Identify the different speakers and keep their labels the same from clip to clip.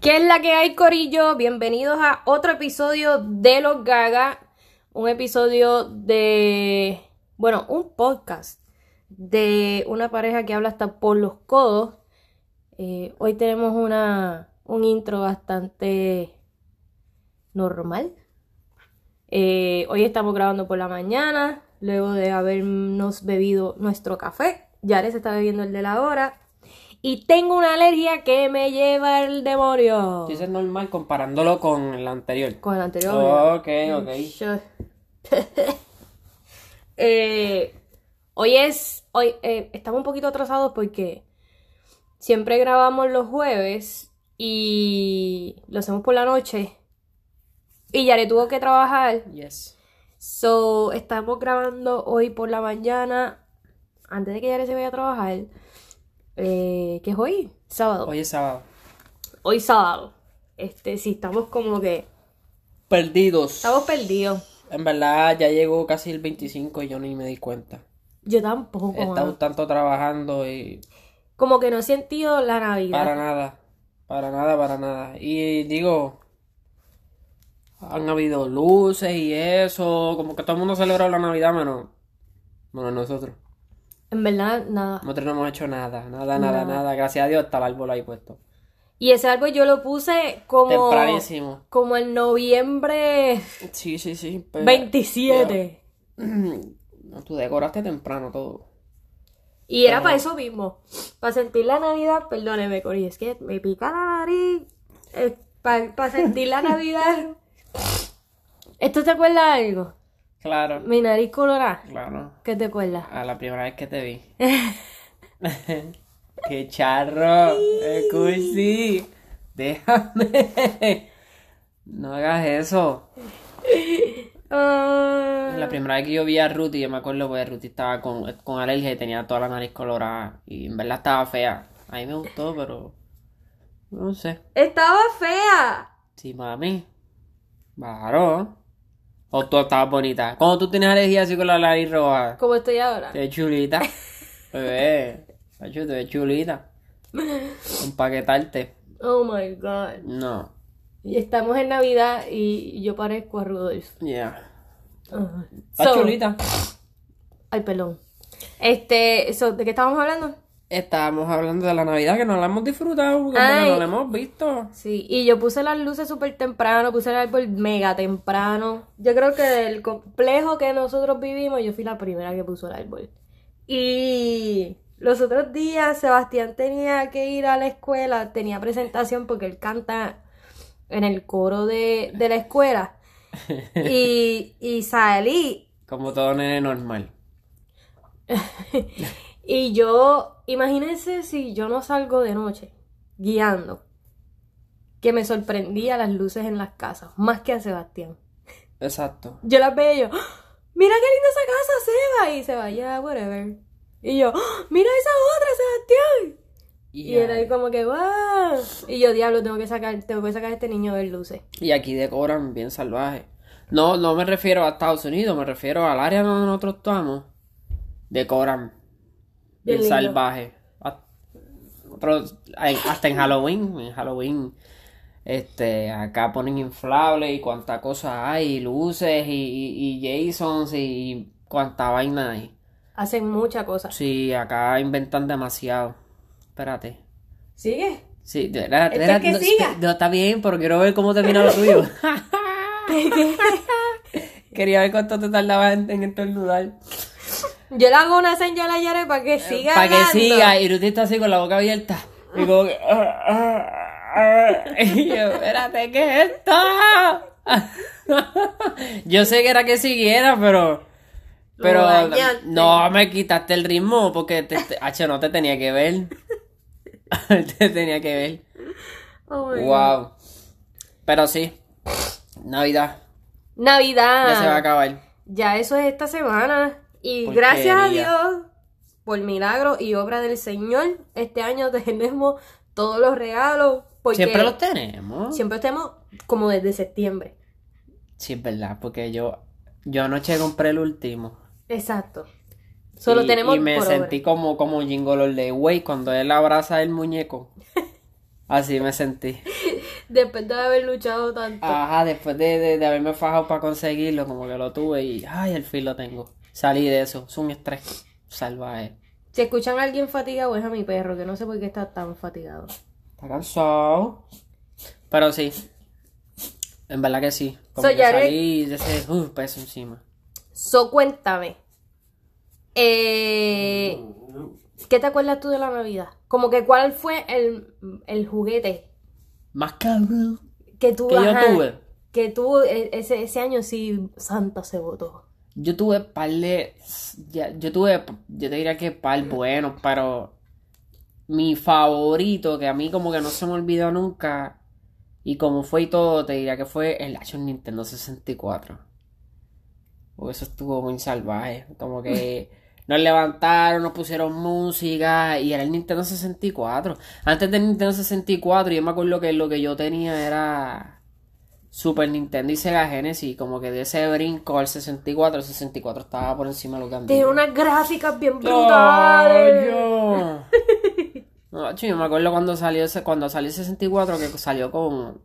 Speaker 1: ¿Qué es la que hay, Corillo? Bienvenidos a otro episodio de Los Gaga. Un episodio de. Bueno, un podcast de una pareja que habla hasta por los codos. Eh, hoy tenemos una, un intro bastante normal. Eh, hoy estamos grabando por la mañana, luego de habernos bebido nuestro café. Yares está bebiendo el de la hora. Y tengo una alergia que me lleva el demonio.
Speaker 2: Sí, Eso es normal comparándolo con el anterior.
Speaker 1: Con el anterior. ¿verdad?
Speaker 2: Ok, ok.
Speaker 1: Yo- Eh, hoy es. Hoy eh, estamos un poquito atrasados porque siempre grabamos los jueves y lo hacemos por la noche. Y Yare tuvo que trabajar.
Speaker 2: Yes.
Speaker 1: So, estamos grabando hoy por la mañana. Antes de que Yare se vaya a trabajar. Eh, ¿Qué es hoy? Sábado.
Speaker 2: Hoy es sábado.
Speaker 1: Hoy sábado. Este, sí, estamos como que.
Speaker 2: Perdidos.
Speaker 1: Estamos perdidos.
Speaker 2: En verdad ya llegó casi el 25 y yo ni me di cuenta.
Speaker 1: Yo tampoco.
Speaker 2: He
Speaker 1: mano.
Speaker 2: estado tanto trabajando y
Speaker 1: Como que no he sentido la Navidad.
Speaker 2: para nada. Para nada, para nada. Y digo, han habido luces y eso. Como que todo el mundo celebra la Navidad, menos, menos nosotros.
Speaker 1: En verdad, nada.
Speaker 2: Nosotros no hemos hecho nada, nada, nada, nada. Gracias a Dios está el árbol ahí puesto.
Speaker 1: Y ese árbol yo lo puse como.
Speaker 2: Tempranísimo.
Speaker 1: Como en noviembre
Speaker 2: Sí, sí, sí. pero-
Speaker 1: 27.
Speaker 2: No, tú decoraste temprano todo.
Speaker 1: Y era para eso mismo. Para sentir la Navidad, perdóneme, Cori, es que me pica la nariz. para sentir la Navidad. ¿Esto te acuerda de algo?
Speaker 2: Claro,
Speaker 1: Mi nariz colorada.
Speaker 2: claro.
Speaker 1: ¿Qué te acuerda?
Speaker 2: A la primera vez que te vi. ¡Qué charro! Eh, ¡Qué cursi! ¡Déjame! No hagas eso.
Speaker 1: Ah,
Speaker 2: La primera vez que yo vi a Ruti, yo me acuerdo que Ruti estaba con, con alergia y tenía toda la nariz colorada. Y en verdad estaba fea. A mí me gustó, pero. No sé.
Speaker 1: Estaba fea.
Speaker 2: Sí, mami. Claro. O tú estabas bonita. Cuando tú tienes alergia así con la nariz roja.
Speaker 1: Como estoy ahora.
Speaker 2: Te ves chulita. Bebé. Sacho, te ves chulita. Empaquetarte.
Speaker 1: Oh my god.
Speaker 2: No.
Speaker 1: Y Estamos en Navidad y yo parezco a Rudolf.
Speaker 2: Yeah.
Speaker 1: Ajá. Ah,
Speaker 2: ¿Estás
Speaker 1: So-
Speaker 2: chulita?
Speaker 1: Ay, perdón. Este, so, ¿de qué estábamos hablando?
Speaker 2: Estábamos hablando de la Navidad que no la hemos disfrutado, porque
Speaker 1: Ay.
Speaker 2: no la hemos visto.
Speaker 1: Sí, y yo puse las luces súper temprano, puse el árbol mega temprano. Yo creo que del complejo que nosotros vivimos, yo fui la primera que puso el árbol. Y los otros días Sebastián tenía que ir a la escuela, tenía presentación porque él canta en el coro de, de la escuela. Y, y salí
Speaker 2: Como todo nene normal.
Speaker 1: Y yo, imagínense si yo no salgo de noche guiando, que me sorprendía las luces en las casas, más que a Sebastián.
Speaker 2: Exacto.
Speaker 1: Yo las veía y yo, ¡Ah! mira qué linda esa casa, Seba, y se vaya, whatever. Y yo, ¡Ah! mira esa otra, Sebastián. Y
Speaker 2: Y
Speaker 1: era ahí como que, wow. Y yo, diablo, tengo que sacar, tengo que sacar a este niño de luces.
Speaker 2: Y aquí decoran bien salvaje. No, no me refiero a Estados Unidos, me refiero al área donde nosotros estamos. Decoran
Speaker 1: Bien
Speaker 2: bien
Speaker 1: lindo.
Speaker 2: salvaje. Ha- otros- en- hasta en Halloween, en Halloween, este, acá ponen inflables y cuánta cosa hay, y luces y, y, y Jasons y cuánta vaina hay.
Speaker 1: Hacen muchas cosas.
Speaker 2: Sí, acá inventan demasiado. Espérate.
Speaker 1: ¿Sigue?
Speaker 2: Sí, de verdad,
Speaker 1: Esto
Speaker 2: de verdad,
Speaker 1: es que
Speaker 2: no,
Speaker 1: siga.
Speaker 2: espe- no, está bien, pero quiero ver cómo termina lo tuyo. Quería ver cuánto te tardabas en, en estornudar.
Speaker 1: Yo le hago una señal a Yare para que siga
Speaker 2: Eh, Para que
Speaker 1: hablando.
Speaker 2: siga, y Ruti está así con la boca abierta. Y como que. "Ah, ah, ah". Y yo, espérate, ¿qué es esto? yo sé que era que siguiera, pero.
Speaker 1: Lo
Speaker 2: Pero
Speaker 1: dañaste.
Speaker 2: no me quitaste el ritmo porque te, te- Hacho, no te tenía que ver. te tenía que ver.
Speaker 1: Oh my God.
Speaker 2: Wow. Pero sí. Navidad.
Speaker 1: Navidad.
Speaker 2: Ya se va a acabar.
Speaker 1: Ya eso es esta semana. Y
Speaker 2: Porquería.
Speaker 1: gracias a Dios, por milagro y obra del Señor, este año tenemos todos los regalos. Porque
Speaker 2: Siempre los tenemos.
Speaker 1: siempre estemos como desde septiembre.
Speaker 2: Sí, es verdad. Porque yo, yo anoche compré el último.
Speaker 1: Exacto. Solo
Speaker 2: y,
Speaker 1: tenemos
Speaker 2: y me
Speaker 1: por obra.
Speaker 2: sentí como, como Jingle All the Way cuando él abraza el muñeco. Así me sentí.
Speaker 1: Después de haber luchado tanto.
Speaker 2: Ajá, después de, de, de haberme fajado para conseguirlo, como que lo tuve y, ay, al fin lo tengo. Salí de eso, es un estrés salvaje.
Speaker 1: Si escuchan a alguien fatigado, es a mi perro, que no sé por qué está tan fatigado.
Speaker 2: Está cansado. Pero sí, en verdad que sí. Como
Speaker 1: So,
Speaker 2: que
Speaker 1: Jared-
Speaker 2: salí de ese uh, peso encima.
Speaker 1: So, cuéntame. Eh, ¿Qué te acuerdas tú de la Navidad? Como que cuál fue el, el juguete
Speaker 2: Más cabrón.
Speaker 1: que tú...
Speaker 2: Que yo
Speaker 1: ajá,
Speaker 2: tuve.
Speaker 1: Que tú e- ese, ese año sí Santa se votó.
Speaker 2: Yo tuve par de. ya- yo tuve. Yo te diría que par buenos, pero. Mi favorito, que a mí como que no se me olvidó nunca. Y como fue y todo, te diría que fue el Action Nintendo 64. Porque eso estuvo muy salvaje. Como que nos levantaron, nos pusieron música. Y era el Nintendo 64. Antes del Nintendo 64, yo me acuerdo que lo que yo tenía era. Super Nintendo y Sega Genesis, como que de ese brinco al 64, el 64 estaba por encima de lo que andaba.
Speaker 1: Tiene unas gráficas bien brutales.
Speaker 2: ¡Coño! No, chico, yo me acuerdo cuando salió ese, cuando salió el 64, que salió con,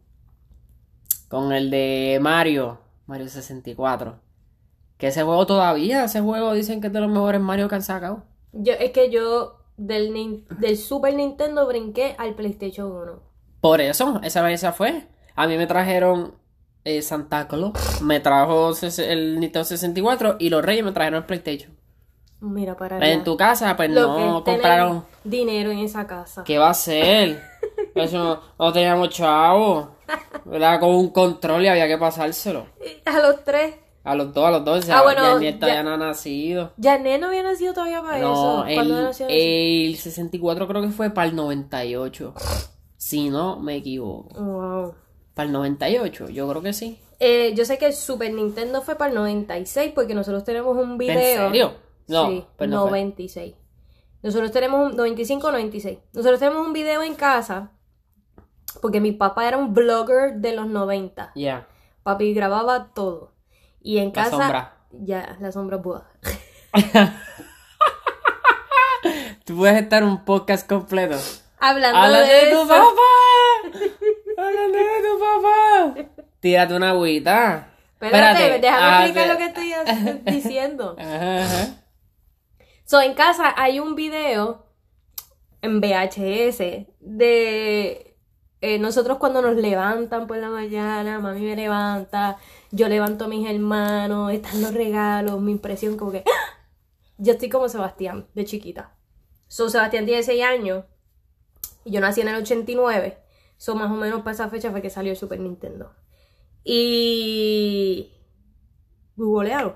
Speaker 2: con el de Mario, Mario 64. Que ese juego todavía, ese juego dicen que es de los mejores Mario que han sacado.
Speaker 1: Yo, es que yo del, nin- del Super Nintendo brinqué al PlayStation 1.
Speaker 2: Por eso, esa vez esa fue. A mí me trajeron eh, Santa Claus, me trajo ses- el Nintendo 64 y los Reyes me trajeron el PlayStation.
Speaker 1: Mira para allá.
Speaker 2: En tu casa, pues
Speaker 1: Lo que
Speaker 2: no
Speaker 1: es tener
Speaker 2: compraron.
Speaker 1: dinero en esa casa.
Speaker 2: ¿Qué va a ser? Eso no, no teníamos chavo. Era como un control y había que pasárselo.
Speaker 1: A los tres.
Speaker 2: A los dos, a los dos. o sea,
Speaker 1: Ah, bueno,
Speaker 2: ya el nieto
Speaker 1: ya-
Speaker 2: ya no ha nacido.
Speaker 1: Janet no había nacido todavía para
Speaker 2: No,
Speaker 1: eso. ¿Cuándo
Speaker 2: el, eh,
Speaker 1: nació?
Speaker 2: el 64 creo que fue para el 98. Si no me equivoco.
Speaker 1: Wow.
Speaker 2: Para el 98, yo creo que sí.
Speaker 1: Eh, yo sé que el Super Nintendo fue para el 96 porque nosotros tenemos un video.
Speaker 2: ¿En serio? No,
Speaker 1: sí,
Speaker 2: pues no fue.
Speaker 1: 96. Nosotros tenemos un 95 96. Nosotros tenemos un video en casa porque mi papá era un blogger de los 90.
Speaker 2: Ya.
Speaker 1: Papi grababa todo. Y en casa
Speaker 2: sombra.
Speaker 1: ya la sombra buah.
Speaker 2: Tú puedes estar un podcast completo.
Speaker 1: Hablando
Speaker 2: ¡Habla
Speaker 1: de,
Speaker 2: de tu
Speaker 1: eso,
Speaker 2: papá! ¡Habla de tu papá! Tírate una agüita.
Speaker 1: Espérate, déjame
Speaker 2: Ah,
Speaker 1: explicar
Speaker 2: de-
Speaker 1: lo que estoy hac- diciendo.
Speaker 2: Ajá, ajá.
Speaker 1: So, en casa hay un video en VHS de eh, nosotros cuando nos levantan por la mañana, mami me levanta, yo levanto a mis hermanos, están los regalos, mi impresión como que ¡ah! yo estoy como Sebastián de chiquita. So, Sebastián tiene 6 años y yo nací en el 89. So, más o menos para esa fecha fue que salió el Super Nintendo. Y... Googlealo.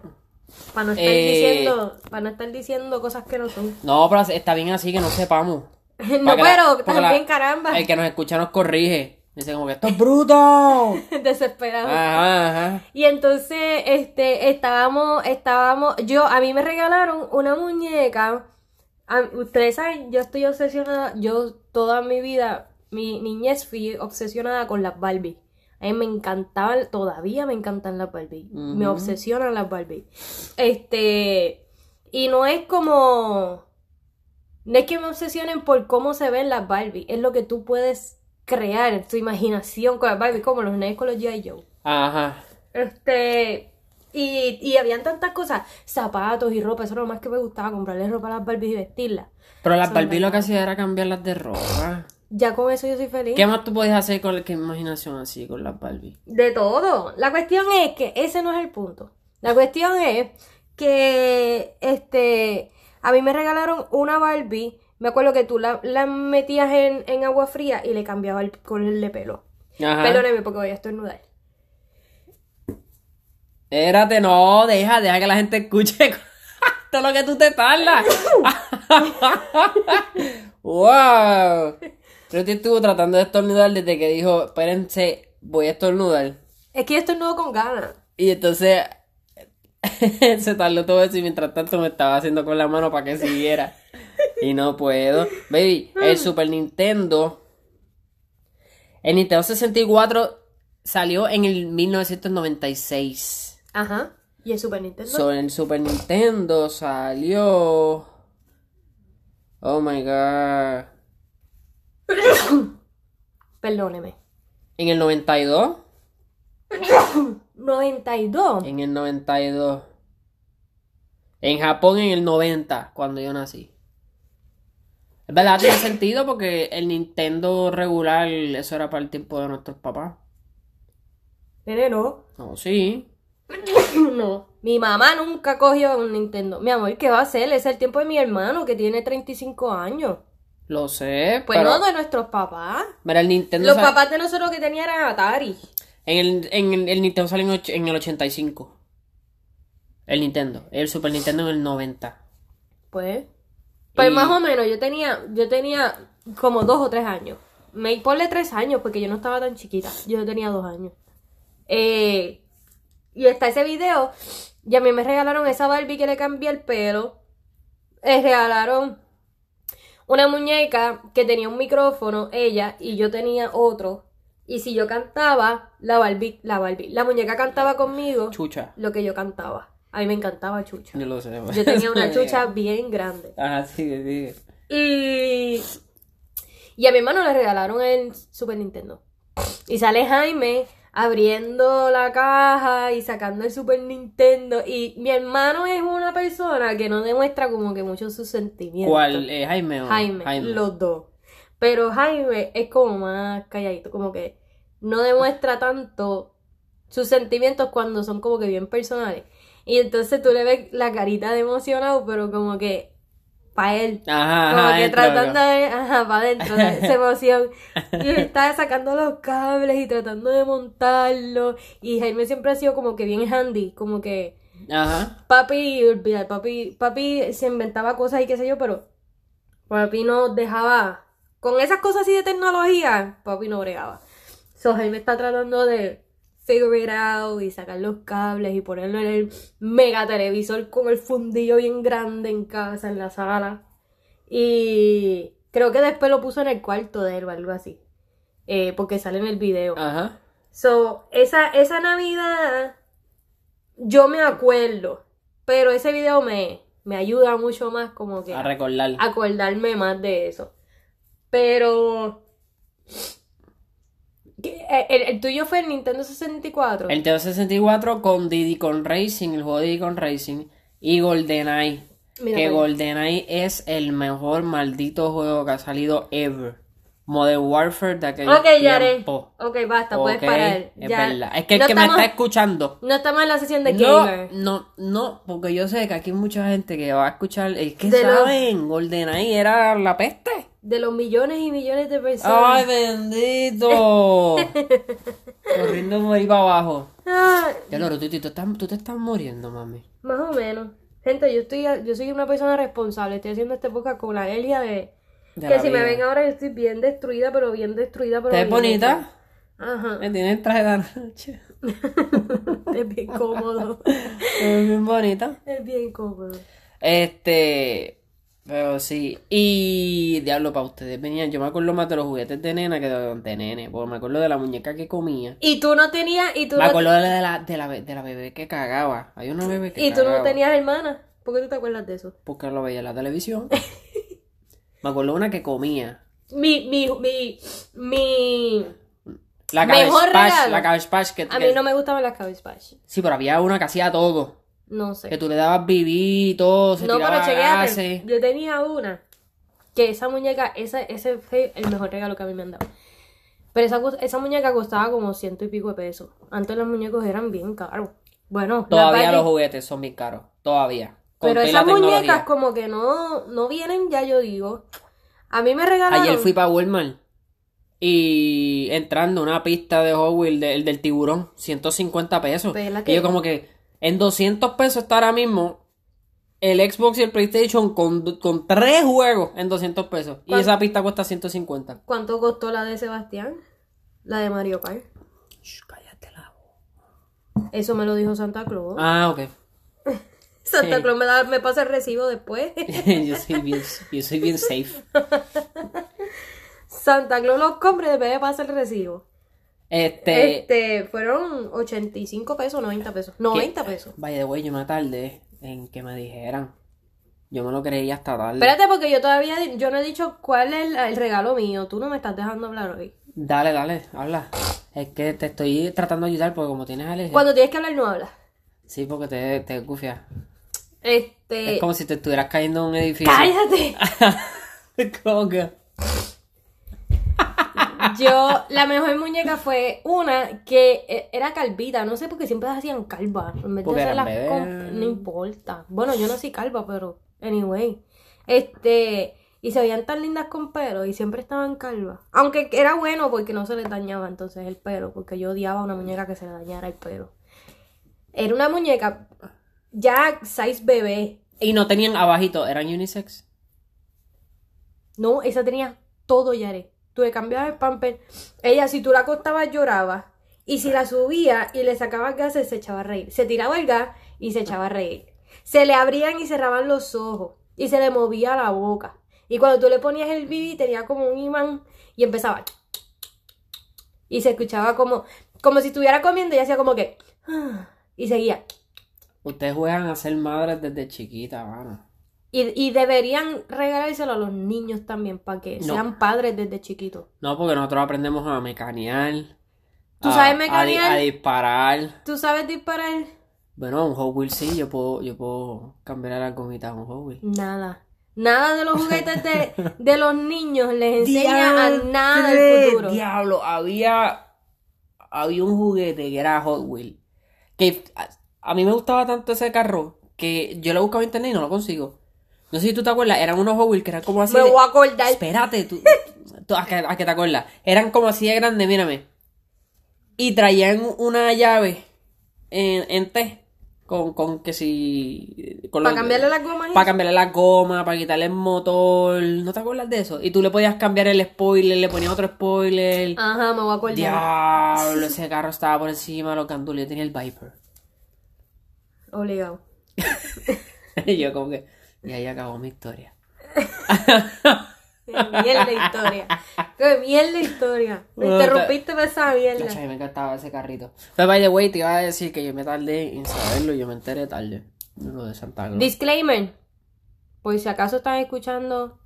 Speaker 1: Para no estar
Speaker 2: Eh,
Speaker 1: diciendo... Para no estar diciendo cosas que no son.
Speaker 2: No, pero está bien así que no sepamos.
Speaker 1: no,
Speaker 2: Para que la-
Speaker 1: pero
Speaker 2: porque la-
Speaker 1: también caramba.
Speaker 2: El que nos escucha nos corrige. Dice como que esto es bruto.
Speaker 1: Desesperado.
Speaker 2: Ajá, ajá.
Speaker 1: Y entonces, este, estábamos, estábamos, yo, a mí me regalaron una muñeca. A- ustedes saben, yo estoy obsesionada, yo toda mi vida, mi niñez fui obsesionada con las Barbie. A mí me encantaban, todavía me encantan las Barbie. Me
Speaker 2: Ujú.
Speaker 1: obsesionan las Barbie. Este, y no es como, no es que me obsesionen por cómo se ven las Barbie, es lo que tú puedes crear, tu imaginación con las Barbie, como los nenes con los G.I. Joe.
Speaker 2: Ajá.
Speaker 1: Este. Y, y habían tantas cosas, zapatos y ropa, eso era lo más que me gustaba, comprarle ropa a las Barbies y vestirlas.
Speaker 2: Pero las
Speaker 1: Son
Speaker 2: Barbie lo que hacía era cambiarlas de ropa.
Speaker 1: Ya con eso yo soy feliz.
Speaker 2: ¿Qué más tú podías hacer con la qué imaginación así con las Barbie?
Speaker 1: De todo. La cuestión es que ese no es el punto. La cuestión es que, este, a mí me regalaron una Barbie, me acuerdo que tú la, la metías en, en agua fría y le cambiaba el color de pelo.
Speaker 2: Ajá.
Speaker 1: Perdóneme porque voy a estornudar.
Speaker 2: Espérate, no, deja, deja que la gente escuche todo lo que tú te tardas. wow. Yo te estuvo tratando de estornudar desde que dijo, espérense, voy a estornudar.
Speaker 1: Es que yo estornudo con ganas.
Speaker 2: Y entonces se tardó todo eso y mientras tanto me estaba haciendo con la mano para que siguiera. Y no puedo. Baby, el Super Nintendo. El Nintendo 64 salió en el 1996.
Speaker 1: Ajá. Y el Super Nintendo.
Speaker 2: So, el Super Nintendo salió. Oh my god.
Speaker 1: Perdóneme.
Speaker 2: En el 92.
Speaker 1: 92.
Speaker 2: En el 92. En Japón en el 90, cuando yo nací. Es verdad, tiene sentido porque el Nintendo regular, eso era para el tiempo de nuestros papás.
Speaker 1: Nene, no.
Speaker 2: No, sí.
Speaker 1: no. Mi mamá nunca cogió un Nintendo. Mi amor, ¿qué va a hacer? Es el tiempo de mi hermano que tiene 35 años.
Speaker 2: Lo sé,
Speaker 1: Pues
Speaker 2: pero...
Speaker 1: no de nuestros papás.
Speaker 2: Mira, el Nintendo...
Speaker 1: Los
Speaker 2: sa-
Speaker 1: papás de nosotros que tenían eran Atari.
Speaker 2: En el, en el, el Nintendo salió en och- en el 85. El Nintendo. El Super Nintendo en el 90.
Speaker 1: Pues. Pues
Speaker 2: Y-
Speaker 1: más o menos, yo tenía, yo tenía como dos o tres años. Me ponle tres años porque yo no estaba tan chiquita. Yo tenía dos años. Eh, y está ese video. Y a mí me regalaron esa Barbie que le cambié el pelo. Me regalaron una muñeca que tenía un micrófono, ella, y yo tenía otro. Y si yo cantaba, la Barbie, la Barbie, la muñeca cantaba conmigo
Speaker 2: Chucha.
Speaker 1: lo que yo cantaba. A mí me encantaba Chucha.
Speaker 2: Yo lo sé.
Speaker 1: Yo tenía una chucha bien grande.
Speaker 2: Ajá, sigue, sigue.
Speaker 1: Y, y a mi hermano le regalaron el Super Nintendo. Y sale Jaime abriendo la caja y sacando el Super Nintendo. Y mi hermano es una persona que no demuestra como que mucho sus sentimientos.
Speaker 2: ¿Cuál? Eh, Jaime o
Speaker 1: Jaime, los dos. Pero Jaime es como más calladito, como que no demuestra tanto sus sentimientos cuando son como que bien personales. Y entonces tú le ves la carita de emocionado, pero como que para él.
Speaker 2: Ajá,
Speaker 1: Como
Speaker 2: ajá,
Speaker 1: que
Speaker 2: dentro,
Speaker 1: tratando
Speaker 2: ¿no?
Speaker 1: de, ajá, para adentro de esa emoción. Y está sacando los cables y tratando de montarlo. Y Jaime siempre ha sido como que bien handy, como que
Speaker 2: Ajá.
Speaker 1: Papi, olvidar, papi, papi se inventaba cosas y qué sé yo, pero papi no dejaba. Con esas cosas así de tecnología, papi no bregaba. So Jaime está tratando de figure it out y sacar los cables y ponerlo en el mega televisor con el fundillo bien grande en casa, en la sala. Y creo que después lo puso en el cuarto de él o algo así. Eh, porque sale en el video.
Speaker 2: Ajá.
Speaker 1: So, esa, esa Navidad, yo me acuerdo, pero ese video me, me ayuda mucho más como que
Speaker 2: A recordar.
Speaker 1: a acordarme más de eso. Pero... ¿Qué? Eh, ¿El, el tuyo fue el Nintendo 64?
Speaker 2: El Nintendo 64 con Diddy Con Racing, el juego de Diddy Con Racing. Y GoldenEye.
Speaker 1: Mira,
Speaker 2: que
Speaker 1: pues,
Speaker 2: GoldenEye es el mejor maldito juego que ha salido ever. Modern Warfare de aquel
Speaker 1: Ok, Yare.
Speaker 2: tiempo.
Speaker 1: Ok, basta, puedes
Speaker 2: Ok,
Speaker 1: parar.
Speaker 2: Es
Speaker 1: Ya.
Speaker 2: verdad. Es que el
Speaker 1: no
Speaker 2: que
Speaker 1: estamos,
Speaker 2: me está escuchando.
Speaker 1: No estamos en la sesión de
Speaker 2: No,
Speaker 1: gamer.
Speaker 2: no, no, porque yo sé que aquí hay mucha gente que va a escuchar. Es que
Speaker 1: De los-
Speaker 2: saben, GoldenEye era la peste.
Speaker 1: De los millones y millones de personas.
Speaker 2: ¡Ay, bendito! Corriendo por ahí para abajo.
Speaker 1: Ah,
Speaker 2: Ya, Loro, tú, tú, tú estás- tú te estás muriendo, mami.
Speaker 1: Más o menos. Gente, yo estoy, yo soy una persona responsable. Estoy haciendo este podcast con la Elia de
Speaker 2: De
Speaker 1: que
Speaker 2: la
Speaker 1: si me
Speaker 2: vida.
Speaker 1: ven ahora yo estoy bien destruida, pero bien destruida, pero
Speaker 2: ¿Te ves
Speaker 1: bien
Speaker 2: bonita?
Speaker 1: destruida. Ajá.
Speaker 2: Me tienes traje de noche.
Speaker 1: Es bien cómodo.
Speaker 2: Te ves bien bonita.
Speaker 1: Es bien cómodo.
Speaker 2: Este. Pero sí. Y. Diablo, para ustedes venían. Yo me acuerdo más de los juguetes de nena que de, de nene. Porque me acuerdo de la muñeca que comía.
Speaker 1: Y tú no tenías y tú
Speaker 2: Me
Speaker 1: no,
Speaker 2: acuerdo de la, de la, be- de la bebé que cagaba. Hay una bebé que
Speaker 1: y tú no
Speaker 2: cagaba.
Speaker 1: tenías hermana. ¿Por qué tú te acuerdas de eso?
Speaker 2: Porque lo veía en la televisión. me acuerdo de una que comía.
Speaker 1: Mi mi mi mi
Speaker 2: La
Speaker 1: Mejor
Speaker 2: Cabbage Patch,
Speaker 1: regalo.
Speaker 2: la Cabbage Patch que,
Speaker 1: a
Speaker 2: que-
Speaker 1: mí no me gustaban las Cabbage Patch.
Speaker 2: Sí, pero había una que hacía todo.
Speaker 1: No sé.
Speaker 2: Que tú le dabas vivir y todo, se
Speaker 1: No, pero
Speaker 2: tiraba ah,
Speaker 1: chequéate.
Speaker 2: gases.
Speaker 1: Yo tenía una. Que esa muñeca, esa, ese fue el mejor regalo que a mí me han dado. Pero esa, cos- esa muñeca costaba como ciento y pico de pesos. Antes los muñecos eran bien caros. Bueno, las
Speaker 2: Todavía
Speaker 1: Barbie-
Speaker 2: los juguetes son bien caros. Todavía. Con
Speaker 1: Pero
Speaker 2: toda
Speaker 1: esas
Speaker 2: la tecnología.
Speaker 1: muñecas como que no, no vienen ya, yo digo. A mí me regalaron...
Speaker 2: Ayer fui para Walmart y entrando a una pista de Hot Wheels de- el del tiburón, 150 pesos.
Speaker 1: Pues es la
Speaker 2: Y
Speaker 1: que-
Speaker 2: yo como que en 200 pesos está ahora mismo el Xbox y el PlayStation con, con tres juegos en 200 pesos. Y
Speaker 1: ¿Cuál?
Speaker 2: esa pista cuesta 150.
Speaker 1: ¿Cuánto costó la de Sebastián? La de Mario Kart.
Speaker 2: Shh, cállate la boca.
Speaker 1: Eso me lo dijo Santa Claus.
Speaker 2: Ah, ok.
Speaker 1: Santa Claus me, da, me pasa el recibo después.
Speaker 2: yo, soy bien, yo soy bien safe.
Speaker 1: Santa Claus los compra y después me pasa el recibo.
Speaker 2: Este,
Speaker 1: Este, fueron 85 pesos, 90 pesos. 90 pesos.
Speaker 2: Vaya de way, yo me tardé en que me dijeran. Yo me lo creí hasta tarde.
Speaker 1: Espérate, porque yo todavía di- yo no he dicho cuál es el, el regalo mío. Tú no me estás dejando hablar hoy.
Speaker 2: Dale, dale, habla. Es que te estoy tratando de ayudar porque como tienes alergia.
Speaker 1: Cuando tienes que hablar, no hablas.
Speaker 2: Sí, porque te, te gufias.
Speaker 1: Este.
Speaker 2: Es como Ah, si te estuvieras cayendo en un edificio.
Speaker 1: ¡Cállate!
Speaker 2: Como que-
Speaker 1: Yo, la mejor muñeca fue una que eh, era calvita. No sé por qué siempre las hacían calva. En vez de
Speaker 2: Porque eran
Speaker 1: hacerlas con-
Speaker 2: bebés.
Speaker 1: No importa. Bueno, yo no soy calva, pero. Anyway. Este. Y se veían tan lindas con pelo y siempre estaban calvas. Aunque era bueno porque no se les dañaba entonces el pelo. Porque yo odiaba una muñeca que se le dañara el pelo. Era una muñeca ya size bebé.
Speaker 2: Y no tenían abajito, eran unisex.
Speaker 1: No, esa tenía todo Yare. Tú le cambiabas el pamper. Ella, si tú la acostabas, lloraba. Y si la subía y le sacabas gases, se echaba a reír. Se tiraba el gas y se echaba a reír. Se le abrían y cerraban los ojos. Y se le movía la boca. Y cuando tú le ponías el bibi, tenía como un imán y empezaba. Y se escuchaba como, como si estuviera comiendo y hacía como que. Y seguía.
Speaker 2: Ustedes juegan a ser madres desde chiquita, mano.
Speaker 1: Y, y deberían regalárselo a los niños también para que
Speaker 2: No.
Speaker 1: sean padres desde chiquitos.
Speaker 2: No, porque nosotros aprendemos a mecanear.
Speaker 1: ¿Tú
Speaker 2: a-
Speaker 1: sabes
Speaker 2: a di-
Speaker 1: mecanear?
Speaker 2: A, disparar.
Speaker 1: ¿Tú sabes disparar?
Speaker 2: Bueno, un Hot Wheels sí, yo puedo, yo puedo cambiar las gomitas a un Hot Wheels.
Speaker 1: Nada. Nada de los juguetes de, de los niños les enseña a nada del futuro.
Speaker 2: Diablo, había, había un juguete que era Hot Wheels. Que a, a mí me gustaba tanto ese carro que yo lo buscaba en internet y no lo consigo. No sé si tú te acuerdas, eran unos Hot Wheels que eran como así
Speaker 1: Me
Speaker 2: de-
Speaker 1: voy a acordar.
Speaker 2: Espérate, tú, tú- a, que, a que te acuerdas. Eran como así de grandes, mírame. Y traían una llave en, en té. Con, con que si. Con
Speaker 1: Para cambiarle las gomas. y
Speaker 2: Para cambiarle la goma, para quitarle el motor. ¿No te acuerdas de eso? Y tú le podías cambiar el spoiler, le ponías otro spoiler.
Speaker 1: eso. Ajá, Ah, me voy a acordar.
Speaker 2: Diablo, ese carro estaba por encima de los gandules. Yo tenía el Viper.
Speaker 1: Obligado.
Speaker 2: y yo, como que. Y ahí acabó mi historia.
Speaker 1: Qué mierda historia. Qué mierda historia. Me
Speaker 2: Bueno, te-
Speaker 1: interrumpiste por esa mierda.
Speaker 2: Chacho, a mí me encantaba ese carrito. Pero by the way, te iba a decir que yo me tardé en saberlo, yo me enteré tarde. Lo de Santa Claus.
Speaker 1: Disclaimer. Por si acaso están escuchando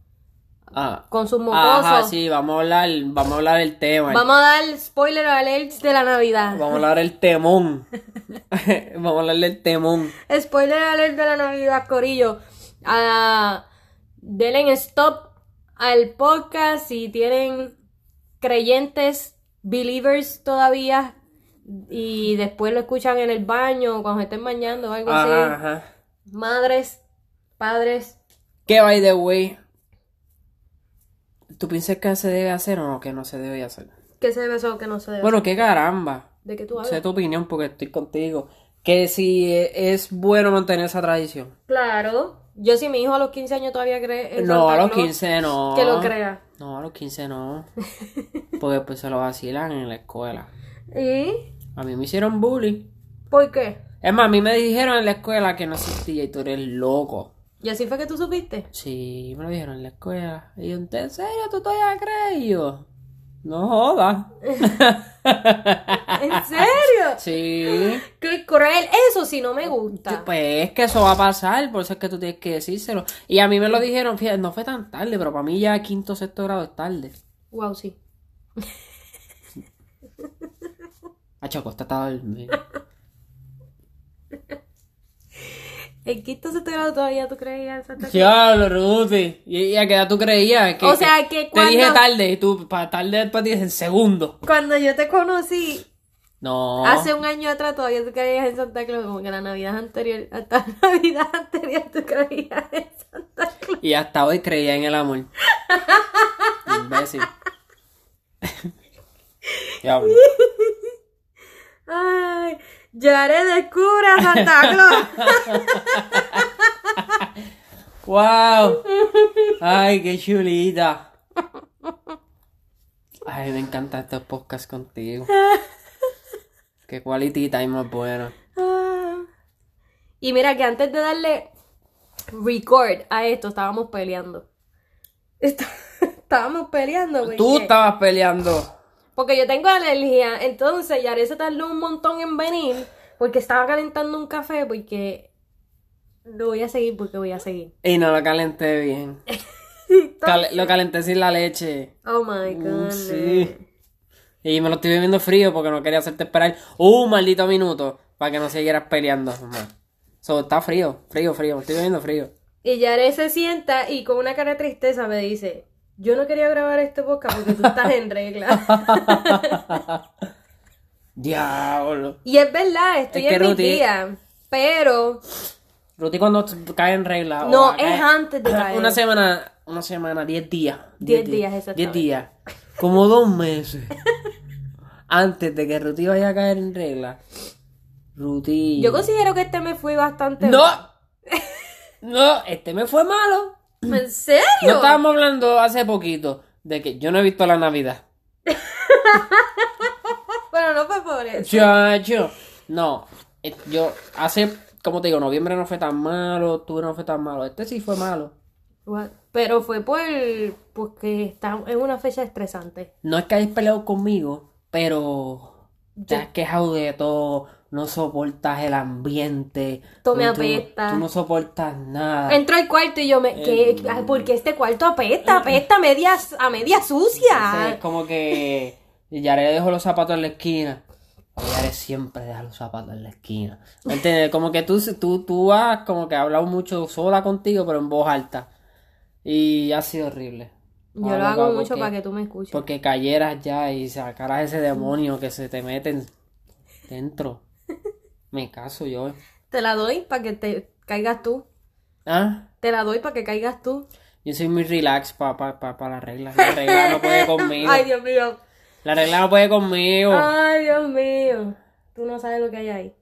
Speaker 2: Ah,
Speaker 1: con sus mocosos.
Speaker 2: ajá, sí, vamos a hablar, vamos a hablar del tema.
Speaker 1: Vamos a dar spoiler alerts de la Navidad.
Speaker 2: Vamos a hablar del temón. vamos a hablar del temón.
Speaker 1: Spoiler alert de la Navidad, Corillo. Ah, denle en stop al podcast si tienen creyentes, believers todavía. Y después lo escuchan en el baño o cuando estén bañando o algo
Speaker 2: Ajá,
Speaker 1: así.
Speaker 2: ajá.
Speaker 1: Madres, padres.
Speaker 2: Que by the way, ¿tú piensas que se debe hacer o no? Que no se debe hacer.
Speaker 1: ¿Qué se debe hacer o qué no se debe?
Speaker 2: Bueno, qué caramba.
Speaker 1: ¿De qué tú hablas?
Speaker 2: Sé tu opinión porque estoy contigo. Que si eh, es bueno mantener esa tradición.
Speaker 1: Claro. Yo si mi hijo a los 15 años todavía cree en
Speaker 2: No,
Speaker 1: Santa
Speaker 2: a los
Speaker 1: Claus,
Speaker 2: 15 no.
Speaker 1: Que lo crea.
Speaker 2: No, a los 15 no. Porque después se lo vacilan en la escuela.
Speaker 1: ¿Y?
Speaker 2: A mí me hicieron bullying.
Speaker 1: ¿Por qué?
Speaker 2: Es más, a mí me dijeron en la escuela que no existía y tú eres loco.
Speaker 1: ¿Y así fue que tú supiste?
Speaker 2: Sí, me lo dijeron en la escuela. Y yo, ¿en serio tú todavía crees? Y yo, no jodas.
Speaker 1: ¿En serio?
Speaker 2: Sí.
Speaker 1: ¡Qué cruel! Eso sí no me gusta.
Speaker 2: Pues es que eso va a pasar, por eso es que tú tienes que decírselo. Y a mí me lo dijeron, fíjate, no fue tan tarde, pero para mí ya quinto, sexto grado es tarde.
Speaker 1: Wow, sí.
Speaker 2: Ah, Costa estaba dormido.
Speaker 1: El quinto sexto grado todavía tú creías en Santa Claus.
Speaker 2: Diablo, Ruti. ¿Y, y a qué edad tú creías? Que,
Speaker 1: O sea, que cuando-
Speaker 2: Te dije tarde y tú, para tarde para ti es el segundo.
Speaker 1: Cuando yo te conocí,
Speaker 2: No.
Speaker 1: hace un año atrás todavía tú creías en Santa Claus. Como que la Navidad anterior, hasta la Navidad anterior tú creías en Santa Claus.
Speaker 2: Y hasta hoy creía en el amor. Imbécil. Diablo.
Speaker 1: Ay, Yare descubre a Santa Claus.
Speaker 2: ¡Wow! ¡Ay, qué chulita! Ay, me encantan estos podcasts contigo. Qué quality time más bueno.
Speaker 1: Ah. Y mira que antes de darle record a esto, estábamos peleando. Está- Estábamos peleando, güey.
Speaker 2: Tú estabas peleando.
Speaker 1: Porque yo tengo alergia, entonces Yare se tardó un montón en venir porque estaba calentando un café porque lo voy a seguir porque voy a seguir.
Speaker 2: Y no lo calenté bien. Cal- lo calenté sin la leche.
Speaker 1: Oh my god.
Speaker 2: Mm, Sí. Y me lo estoy bebiendo frío porque no quería hacerte esperar un maldito minuto para que no siguieras peleando. Ajá. So, está frío, frío, frío. Me estoy bebiendo frío.
Speaker 1: Y Yare se sienta y con una cara de tristeza me dice, yo no quería grabar este podcast porque tú estás en regla.
Speaker 2: Diablo.
Speaker 1: y es verdad, estoy
Speaker 2: Es que
Speaker 1: en mi
Speaker 2: Ruti-
Speaker 1: día, pero
Speaker 2: Ruti cuando t- cae en regla. o
Speaker 1: No,
Speaker 2: cae-
Speaker 1: es antes de caer.
Speaker 2: Ah, eh, Una semana, una semana, 10 días.
Speaker 1: Diez
Speaker 2: 10
Speaker 1: días,
Speaker 2: Diez
Speaker 1: exactamente.
Speaker 2: días. Como dos meses. antes de que Ruti vaya a caer en regla. Ruti.
Speaker 1: yo considero que este me fui bastante...
Speaker 2: No. No, este me fue malo.
Speaker 1: ¿En serio?
Speaker 2: No estábamos hablando hace poquito de que yo no he visto la Navidad.
Speaker 1: Bueno, no fue por eso.
Speaker 2: Chacho. No, eh, yo hace, como te digo, noviembre no fue tan malo, octubre no fue tan malo. Este sí fue malo.
Speaker 1: What? Pero fue por porque está en una fecha estresante.
Speaker 2: No es que hayas peleado conmigo, pero te has quejado de todo. No soportas el ambiente.
Speaker 1: Tú me
Speaker 2: no- tú-
Speaker 1: apestas.
Speaker 2: Tú no soportas nada.
Speaker 1: Entro al cuarto y yo me
Speaker 2: Eh,
Speaker 1: ¿qué? Ay, ¿por qué este cuarto apesta? Apesta a media, a media
Speaker 2: Entonces, es
Speaker 1: sucia.
Speaker 2: como que Yare dejó los zapatos en la esquina. Yare siempre deja los zapatos en la esquina. ¿Me entiendes? Como que tú, tú, tú has como que hablado mucho sola contigo, pero en voz alta. Y ha sido horrible. Ah,
Speaker 1: Yo lo hago mucho para que tú me escuches.
Speaker 2: Porque cayeras ya y sacaras ese demonio que se te mete en- dentro. Me caso yo.
Speaker 1: Te la doy para que te caigas tú.
Speaker 2: ¿Ah?
Speaker 1: Te la doy para que caigas tú.
Speaker 2: Yo soy muy relax para pa, pa, pa las reglas. La regla no puede conmigo.
Speaker 1: Ay, Dios Ah, mío.
Speaker 2: La regla no puede conmigo.
Speaker 1: Ay, Dios mío. Tú no sabes lo que hay ahí.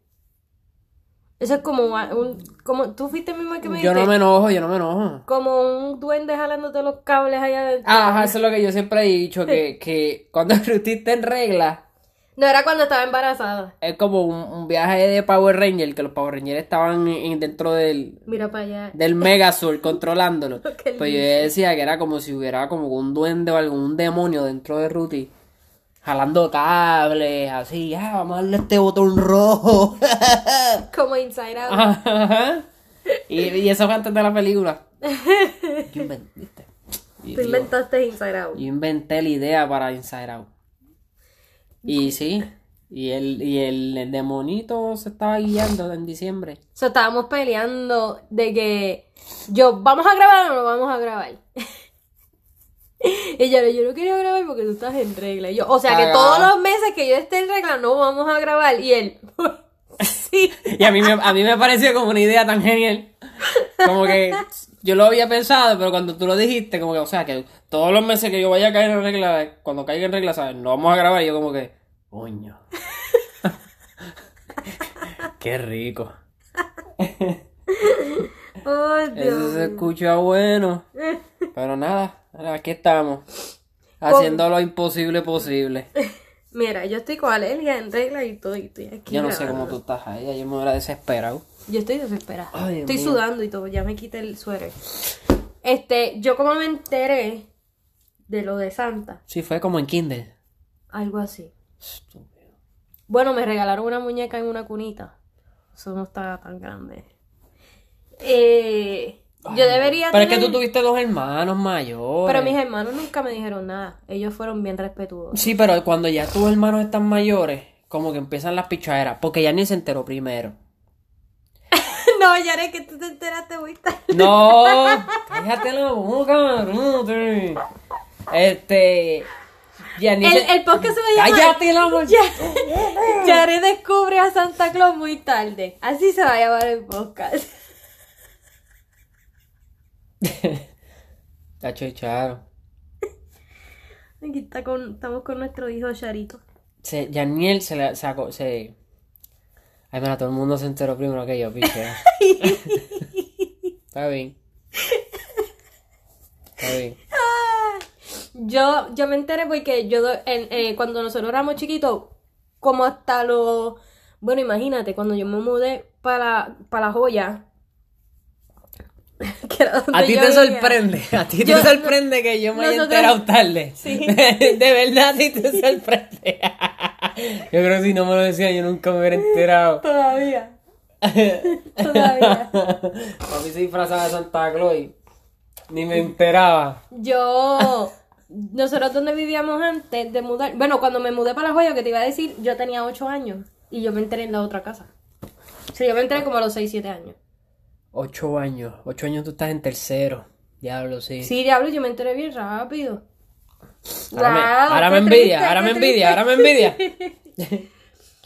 Speaker 1: Eso es como un, un- como tú fuiste el mismo que me
Speaker 2: Yo no
Speaker 1: dijiste,
Speaker 2: me enojo, yo no me enojo.
Speaker 1: como un duende jalándote los cables allá adentro.
Speaker 2: Ajá, eso es lo que yo siempre he dicho, que, que cuando Ruti está en regla,
Speaker 1: No era cuando estaba embarazada.
Speaker 2: es como un, un viaje de Power Ranger, que los Power Rangers estaban en- en- dentro del,
Speaker 1: Mira para allá.
Speaker 2: del Megazord controlándolo.
Speaker 1: Qué
Speaker 2: Pues yo decía que era como si hubiera como un duende o algún demonio dentro de Ruti, jalando cables, así, ah, vamos a darle este botón rojo.
Speaker 1: Como Inside Out.
Speaker 2: Ajá. y, y eso fue antes de la película. Yo inventé, ¿viste?
Speaker 1: Tú inventaste Inside Out.
Speaker 2: Yo inventé la idea para Inside Out. Y sí, y el, y el, el demonito se estaba guiando en diciembre.
Speaker 1: O sea, estábamos peleando de que yo, ¿vamos a grabar o no vamos a grabar? Y yo, yo no quería grabar porque tú estás en regla. Y yo, o sea que
Speaker 2: Cagada.
Speaker 1: todos los meses que yo esté en regla no vamos a grabar. Y él, sí.
Speaker 2: Y a mí me, a mí me pareció como una idea tan genial. Como que yo lo había pensado, pero cuando tú lo dijiste, como que, o sea, que todos los meses que yo vaya a caer en regla, cuando caiga en regla, ¿sabes? No vamos a grabar. Y yo como que, coño. Qué rico.
Speaker 1: Oh,
Speaker 2: Eso
Speaker 1: Dios.
Speaker 2: se escucha bueno. Pero nada, nada, aquí estamos. Haciendo lo imposible posible.
Speaker 1: Mira, yo estoy con alergia en regla y todo, y estoy aquí.
Speaker 2: Yo no sé
Speaker 1: grabando.
Speaker 2: cómo tú estás ahí, yo me hubiera desesperado.
Speaker 1: Yo estoy desesperada.
Speaker 2: Ay, Dios
Speaker 1: estoy
Speaker 2: mío.
Speaker 1: sudando y todo. Ya me quité el suéter. Este, yo como me enteré de lo de Santa,
Speaker 2: Sí, fue como en Kindle.
Speaker 1: algo así. Bueno, me regalaron una muñeca en una cunita. Eso no está tan grande. Eh, yo debería
Speaker 2: Pero es que
Speaker 1: tener-
Speaker 2: tú tuviste dos hermanos mayores.
Speaker 1: Pero mis hermanos nunca me dijeron nada. Ellos fueron bien respetuosos.
Speaker 2: Sí, pero cuando ya tus hermanos están mayores, como que empiezan las pichaderas, porque ya ni se enteró primero.
Speaker 1: no, Yare, que tú te enteraste muy tarde.
Speaker 2: No, cállate la boca, Ruti. Este, ya ni
Speaker 1: El,
Speaker 2: se-
Speaker 1: el podcast se va a llamar...
Speaker 2: Cállate la boca.
Speaker 1: Ya- Yare descubre a Santa Claus muy tarde. Así se va a llamar el podcast.
Speaker 2: Está chicharo.
Speaker 1: Aquí está con, estamos con nuestro hijo Charito.
Speaker 2: Se, Yaniel se la sacó, se... Ay, mira, todo el mundo se enteró primero que yo, piche. Está bien. Está bien.
Speaker 1: Yo, yo me enteré porque yo do- en- eh, cuando nosotros éramos chiquitos, como hasta los... Bueno, imagínate, cuando yo me mudé para, para la joya. que era donde
Speaker 2: A ti
Speaker 1: Pues yo
Speaker 2: te
Speaker 1: vivía.
Speaker 2: sorprende, a ti
Speaker 1: Yo-
Speaker 2: te sorprende que yo me haya
Speaker 1: nosotros-
Speaker 2: enterado tarde.
Speaker 1: Sí.
Speaker 2: De verdad, a ti te sorprende. Yo creo que si no me lo decía, yo nunca me hubiera enterado.
Speaker 1: Todavía. Todavía.
Speaker 2: A mí se disfrazaba de Santa Claus y ni me enteraba.
Speaker 1: Yo, Nosotros donde vivíamos antes de mudar, bueno, cuando me mudé para la joya, que te iba a decir, yo tenía 8 años y yo me enteré en la otra casa. Sí, yo me enteré como a los 6, 7 años.
Speaker 2: Ocho años. Ocho años tú estás en tercero. Diablo, sí.
Speaker 1: Sí, diablo, yo me enteré bien rápido.
Speaker 2: Ahora me,
Speaker 1: Wow,
Speaker 2: ahora
Speaker 1: qué
Speaker 2: me envidia,
Speaker 1: triste,
Speaker 2: ahora
Speaker 1: qué
Speaker 2: me envidia,
Speaker 1: triste.
Speaker 2: ahora me envidia.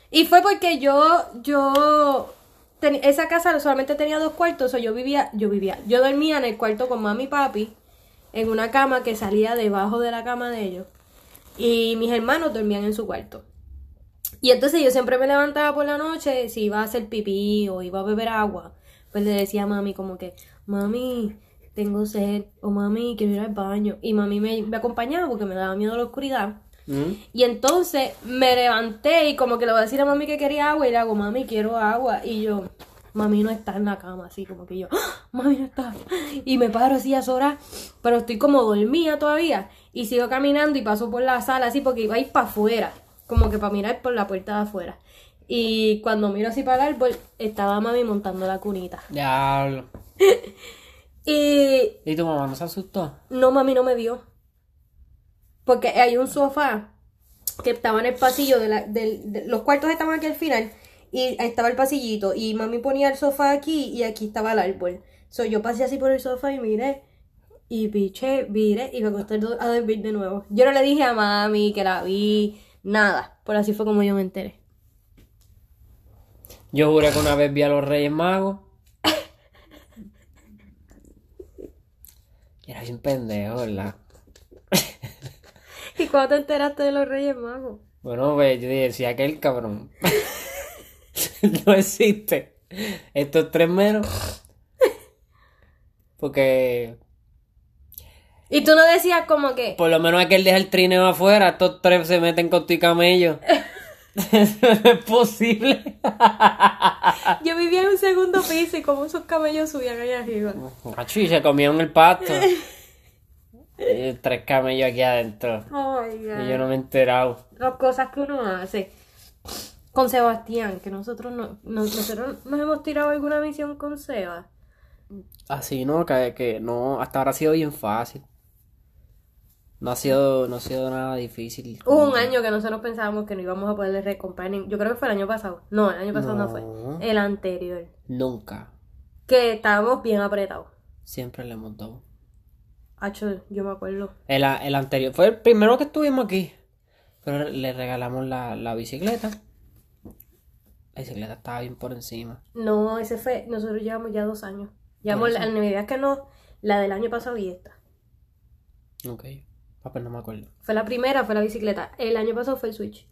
Speaker 1: Y fue porque yo, yo, ten- esa casa solamente tenía dos cuartos, o sea, yo vivía, yo vivía, yo dormía en el cuarto con mami y papi, en una cama que salía debajo de la cama de ellos, y mis hermanos dormían en su cuarto. Y entonces yo siempre me levantaba por la noche, si iba a hacer pipí o iba a beber agua, pues le decía a mami como que, mami, tengo sed, o mami, quiero ir al baño. Y mami me, me acompañaba porque me daba miedo la oscuridad.
Speaker 2: Mm.
Speaker 1: Y entonces me levanté y como que le voy a decir a mami que quería agua y le hago, mami, quiero agua. Y yo, mami no está en la cama, así como que yo, "Ah, mami no está. Y me paro así a esas horas, pero estoy como dormida todavía. Y sigo caminando y paso por la sala así porque iba a ir para afuera, como que para mirar por la puerta de afuera. Y cuando miro así para el árbol, estaba mami montando la cunita.
Speaker 2: Diablo.
Speaker 1: Y
Speaker 2: ¿Y tu mamá no se asustó?
Speaker 1: No, mami no me vio. Porque hay un sofá que estaba en el pasillo de, la, del- de- los cuartos estaban aquí al final y estaba el pasillito y mami ponía el sofá aquí y aquí estaba el árbol. So, yo pasé así por el sofá y miré y piché, miré y me acosté do- a dormir de nuevo. Yo no le dije a mami que la vi, nada. Por así fue como yo me enteré.
Speaker 2: Yo juré que una vez vi a los Reyes Magos. Era bien pendejo, ¿verdad?
Speaker 1: ¿Y cuando te enteraste de los Reyes Magos?
Speaker 2: Bueno, pues yo dije, si aquel cabrón no existe, estos tres menos. Porque
Speaker 1: Y tú no decías como que...
Speaker 2: por lo menos aquel deja el trineo afuera, estos tres se meten con tu camello. no es posible.
Speaker 1: Yo vivía en un segundo piso y como esos camellos subían allá arriba.
Speaker 2: Macho, y se comieron el pasto. Y tres camellos aquí adentro.
Speaker 1: Ay,
Speaker 2: Y yo no me he enterado.
Speaker 1: las cosas que uno hace. Con Sebastián, que nosotros no, no- nosotros nos hemos tirado alguna misión con Seba.
Speaker 2: Así, ¿no? Que, que no, hasta ahora ha sido bien fácil. No ha sido, no ha sido nada difícil.
Speaker 1: Hubo un año que nosotros pensábamos que no íbamos a poder recomprar ni- Yo creo que fue el año pasado. No, el año pasado no,
Speaker 2: No.
Speaker 1: fue. El anterior.
Speaker 2: Nunca.
Speaker 1: Que estábamos bien apretados.
Speaker 2: Siempre le hemos dado.
Speaker 1: Hacho, yo me acuerdo.
Speaker 2: El, a- el anterior. Fue el primero que estuvimos aquí. Pero le regalamos la, la bicicleta. La bicicleta estaba bien por encima.
Speaker 1: No, ese fue. Nosotros llevamos ya dos años. Llevamos
Speaker 2: Por
Speaker 1: la
Speaker 2: eso.
Speaker 1: Navidad que no. La del año pasado y esta.
Speaker 2: Ok. Ah, pues no me acuerdo.
Speaker 1: Fue la primera, fue la bicicleta. El año pasado fue el Switch.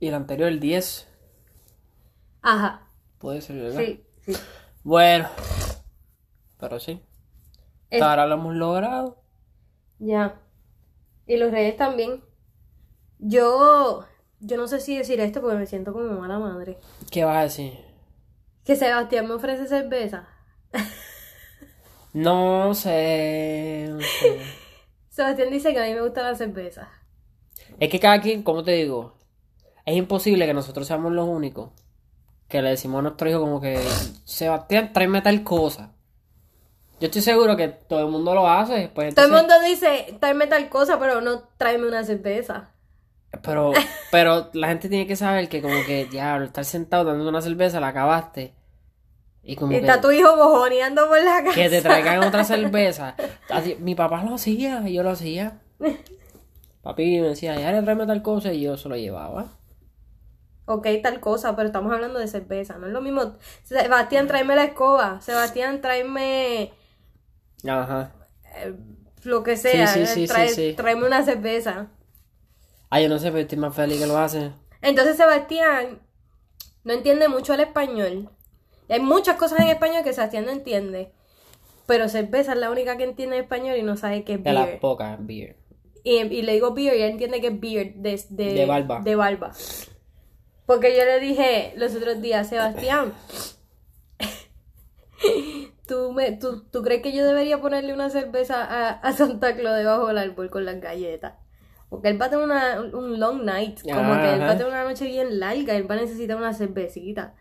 Speaker 2: Y el anterior, el 10.
Speaker 1: Ajá.
Speaker 2: Puede ser, ¿verdad?
Speaker 1: Sí, sí.
Speaker 2: Bueno. Pero sí.
Speaker 1: Es-
Speaker 2: Hasta ahora lo hemos logrado.
Speaker 1: Ya. Y los reyes también. Yo, yo no sé si decir esto porque me siento como mala madre.
Speaker 2: ¿Qué vas a decir?
Speaker 1: Que Sebastián me ofrece cerveza.
Speaker 2: No sé. no sé.
Speaker 1: Sebastián dice que a mí me gusta la cerveza.
Speaker 2: Es que cada quien, como te digo, es imposible que nosotros seamos los únicos que le decimos a nuestro hijo como que, Sebastián, tráeme tal cosa. Yo estoy seguro que todo el mundo lo hace, pues
Speaker 1: Todo el
Speaker 2: entonces-
Speaker 1: mundo dice, tráeme tal cosa, pero no tráeme una cerveza.
Speaker 2: pero, pero la gente tiene que saber que como que, diablo, estar sentado dando una cerveza, la acabaste. Y como
Speaker 1: Y
Speaker 2: que,
Speaker 1: está tu hijo bojoneando por la casa.
Speaker 2: que te traigan otra cerveza. Así- mi papá lo hacía, y yo lo hacía. Papi me decía, ya le tráeme tal cosa, y yo se lo llevaba.
Speaker 1: Ok, tal cosa, pero estamos hablando de cerveza. No es lo mismo. Sebastián, tráeme la escoba. Sebastián, tráeme
Speaker 2: Ajá.
Speaker 1: lo que sea.
Speaker 2: sí, sí, sí,
Speaker 1: Trae-
Speaker 2: sí.
Speaker 1: Tráeme una cerveza.
Speaker 2: Ay, Ah, yo no sé, pero estoy más feliz que lo hace.
Speaker 1: Entonces Sebastián no entiende mucho el español. Y hay muchas cosas en español que Sebastián no entiende. Pero cerveza es la única que entiende español y no sabe qué es
Speaker 2: De las
Speaker 1: beer.
Speaker 2: pocas, beer.
Speaker 1: Y, y le digo beer y él entiende que es beer de, de,
Speaker 2: De barba.
Speaker 1: de barba. Porque yo le dije los otros días, Sebastián, ¿tú, me, tú, ¿tú crees que yo debería ponerle una cerveza a, a Santa Claus debajo del árbol con las galletas? Porque él va a tener una, un long night, como que él va a
Speaker 2: Ajá.
Speaker 1: tener una noche bien larga, él va a necesitar una cervecita.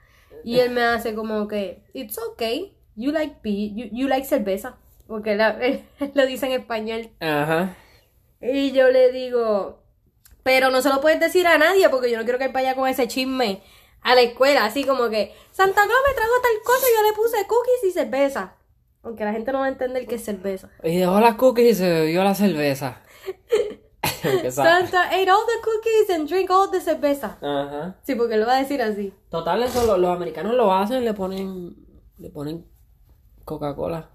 Speaker 1: Y él me hace como que, it's okay, you like pee, you, you like cerveza. Porque él, él lo dice en español.
Speaker 2: Ajá.
Speaker 1: Y yo le digo, pero no se lo puedes decir a nadie porque yo no quiero que él vaya con ese chisme a la escuela, así como que Santa Claus me trajo tal cosa y yo le puse cookies y cerveza. Aunque la gente no va a entender que es cerveza.
Speaker 2: Y dejó las cookies y se bebió la cerveza. Empezó.
Speaker 1: Santa ate all the cookies and drink all the cerveza.
Speaker 2: Ajá.
Speaker 1: Sí, porque lo va a decir así.
Speaker 2: Total, eso lo- los americanos lo hacen, le ponen, le ponen Coca-Cola.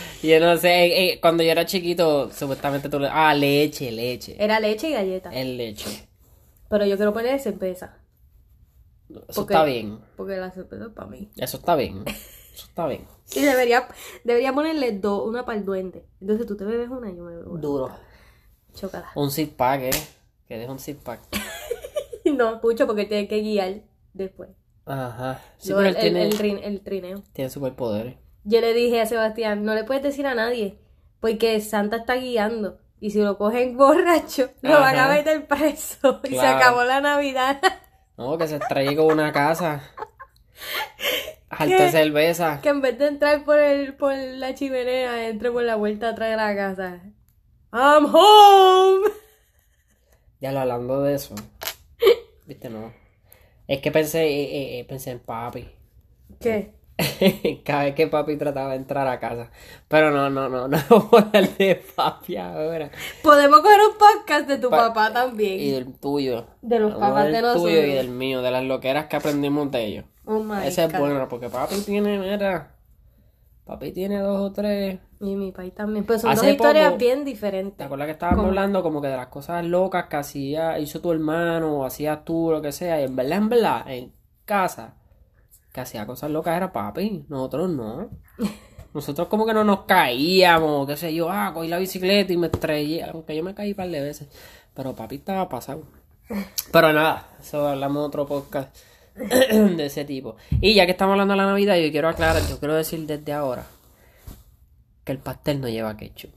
Speaker 2: yo no sé, eh, eh, cuando yo era chiquito, supuestamente tú le... Ah, leche, leche.
Speaker 1: Era leche y galleta.
Speaker 2: Es leche.
Speaker 1: Pero yo quiero poner cerveza.
Speaker 2: Eso
Speaker 1: Porque-
Speaker 2: está bien.
Speaker 1: Porque la cerveza es para mí.
Speaker 2: Eso está bien. Eso está bien.
Speaker 1: Y debería, debería ponerle dos, una para el duende. Entonces tú te bebes una y yo me bebo una.
Speaker 2: Duro.
Speaker 1: Chócala.
Speaker 2: Un zip pack, eh. Que es un zip pack.
Speaker 1: No, pucho, porque tiene que guiar después.
Speaker 2: Ajá. Sí,
Speaker 1: Yo,
Speaker 2: pero él
Speaker 1: el,
Speaker 2: tiene,
Speaker 1: el trin- el trineo.
Speaker 2: tiene superpoderes.
Speaker 1: Yo le dije a Sebastián, no le puedes decir a nadie, porque Santa está guiando. Y si lo cogen borracho, lo van a
Speaker 2: Ajá.
Speaker 1: meter preso. Y se
Speaker 2: Claro.
Speaker 1: acabó la Navidad.
Speaker 2: No, que se extrae con una casa. Alta
Speaker 1: ¿Qué?
Speaker 2: cerveza.
Speaker 1: que en vez de entrar por el, por la chimenea, entre por la vuelta atrás de la casa. I'm home.
Speaker 2: Ya lo hablando de eso. Viste, no. Es que pensé, eh, eh, eh, pensé en papi.
Speaker 1: ¿Qué?
Speaker 2: Cada vez que papi trataba de entrar a casa. Pero no, no, no, no vamos a hablar de papi ahora.
Speaker 1: Podemos coger un podcast de tu
Speaker 2: Pa-
Speaker 1: papá también.
Speaker 2: Y del tuyo.
Speaker 1: De los
Speaker 2: Vamos a
Speaker 1: papás
Speaker 2: hablar
Speaker 1: de
Speaker 2: del tuyo y
Speaker 1: nosotros.
Speaker 2: del mío, de las loqueras que aprendimos de ellos.
Speaker 1: Oh my
Speaker 2: Ese es
Speaker 1: God.
Speaker 2: bueno, porque papi tiene, mira, papi tiene dos o tres.
Speaker 1: Y mi país también. Pero son
Speaker 2: Hace
Speaker 1: dos historias
Speaker 2: poco-
Speaker 1: bien
Speaker 2: ¿Te
Speaker 1: diferentes.
Speaker 2: acuerdas que estábamos
Speaker 1: ¿Cómo?
Speaker 2: hablando como que de las cosas locas que hacía, hizo tu hermano o hacías tú, lo que sea? Y en verdad, en verdad, en casa, que hacía cosas locas era papi, nosotros no. Nosotros como que no nos caíamos, qué sé yo, ah, cogí la bicicleta y me estrellé, aunque yo me caí un par de veces, pero papi estaba pasado. Pero nada, eso hablamos en otro podcast de ese tipo. Y ya que estamos hablando de la Navidad, yo quiero aclarar, yo quiero decir desde ahora que el pastel no lleva ketchup.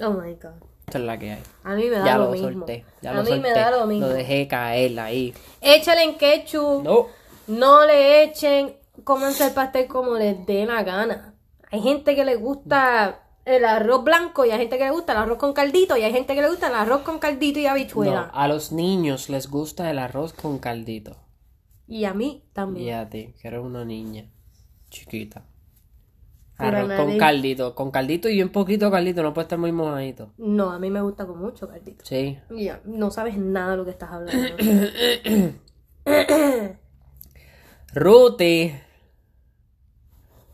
Speaker 1: Oh my God.
Speaker 2: Esta es la que hay.
Speaker 1: A mí me da
Speaker 2: Ya
Speaker 1: lo,
Speaker 2: lo
Speaker 1: mismo.
Speaker 2: solté, ya
Speaker 1: a
Speaker 2: lo
Speaker 1: mí me
Speaker 2: solté.
Speaker 1: da lo mismo.
Speaker 2: Lo dejé caer ahí.
Speaker 1: Échale en ketchup. No.
Speaker 2: No.
Speaker 1: le echen. Cómanse el pastel como les dé la gana. Hay gente que le gusta el arroz blanco y hay gente que le gusta el arroz con caldito y hay gente que le gusta el arroz con caldito y habichuela.
Speaker 2: No, a los niños les gusta el arroz con caldito.
Speaker 1: Y a mí también.
Speaker 2: Y a ti, que eres una niña chiquita.
Speaker 1: Pero
Speaker 2: Arroz con
Speaker 1: nadie-
Speaker 2: caldito, con caldito y bien poquito caldito, no puede estar muy mojadito.
Speaker 1: No, a mí me gusta con mucho caldito.
Speaker 2: Sí.
Speaker 1: Ya, no sabes nada de lo que estás hablando.
Speaker 2: Ruti.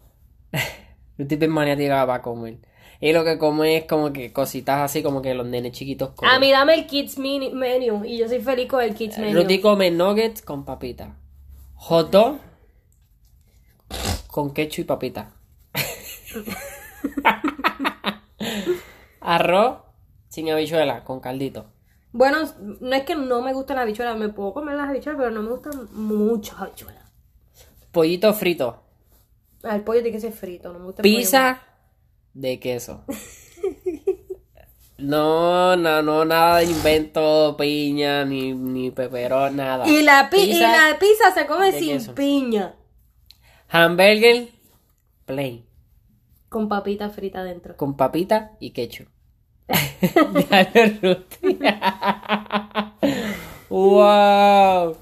Speaker 2: Ruti es bien maniática para comer. Y lo que come es como que cositas así, como que los nenes chiquitos
Speaker 1: a
Speaker 2: comen.
Speaker 1: mí dame el kids mini- menu y yo soy feliz con el
Speaker 2: Eh,
Speaker 1: kids menu.
Speaker 2: Ruti come nuggets con papita. Hot dog con ketchup y papita. Arroz sin habichuela, con caldito.
Speaker 1: Bueno, no es que no me gusten las habichuelas, me puedo comer las habichuelas, pero no me gustan muchas habichuelas.
Speaker 2: Pollito frito.
Speaker 1: Ah, El pollo tiene que ser frito, no me gusta el Este pollo.
Speaker 2: Pizza de queso. No, no, no, nada de invento, piña, ni, ni peperón, nada.
Speaker 1: Y la, pi- y
Speaker 2: Pizza,
Speaker 1: la pizza se come
Speaker 2: de
Speaker 1: sin
Speaker 2: queso.
Speaker 1: piña.
Speaker 2: hamburger, plain.
Speaker 1: Con papita frita adentro.
Speaker 2: con papita y ketchup. Dale, Ruti. wow.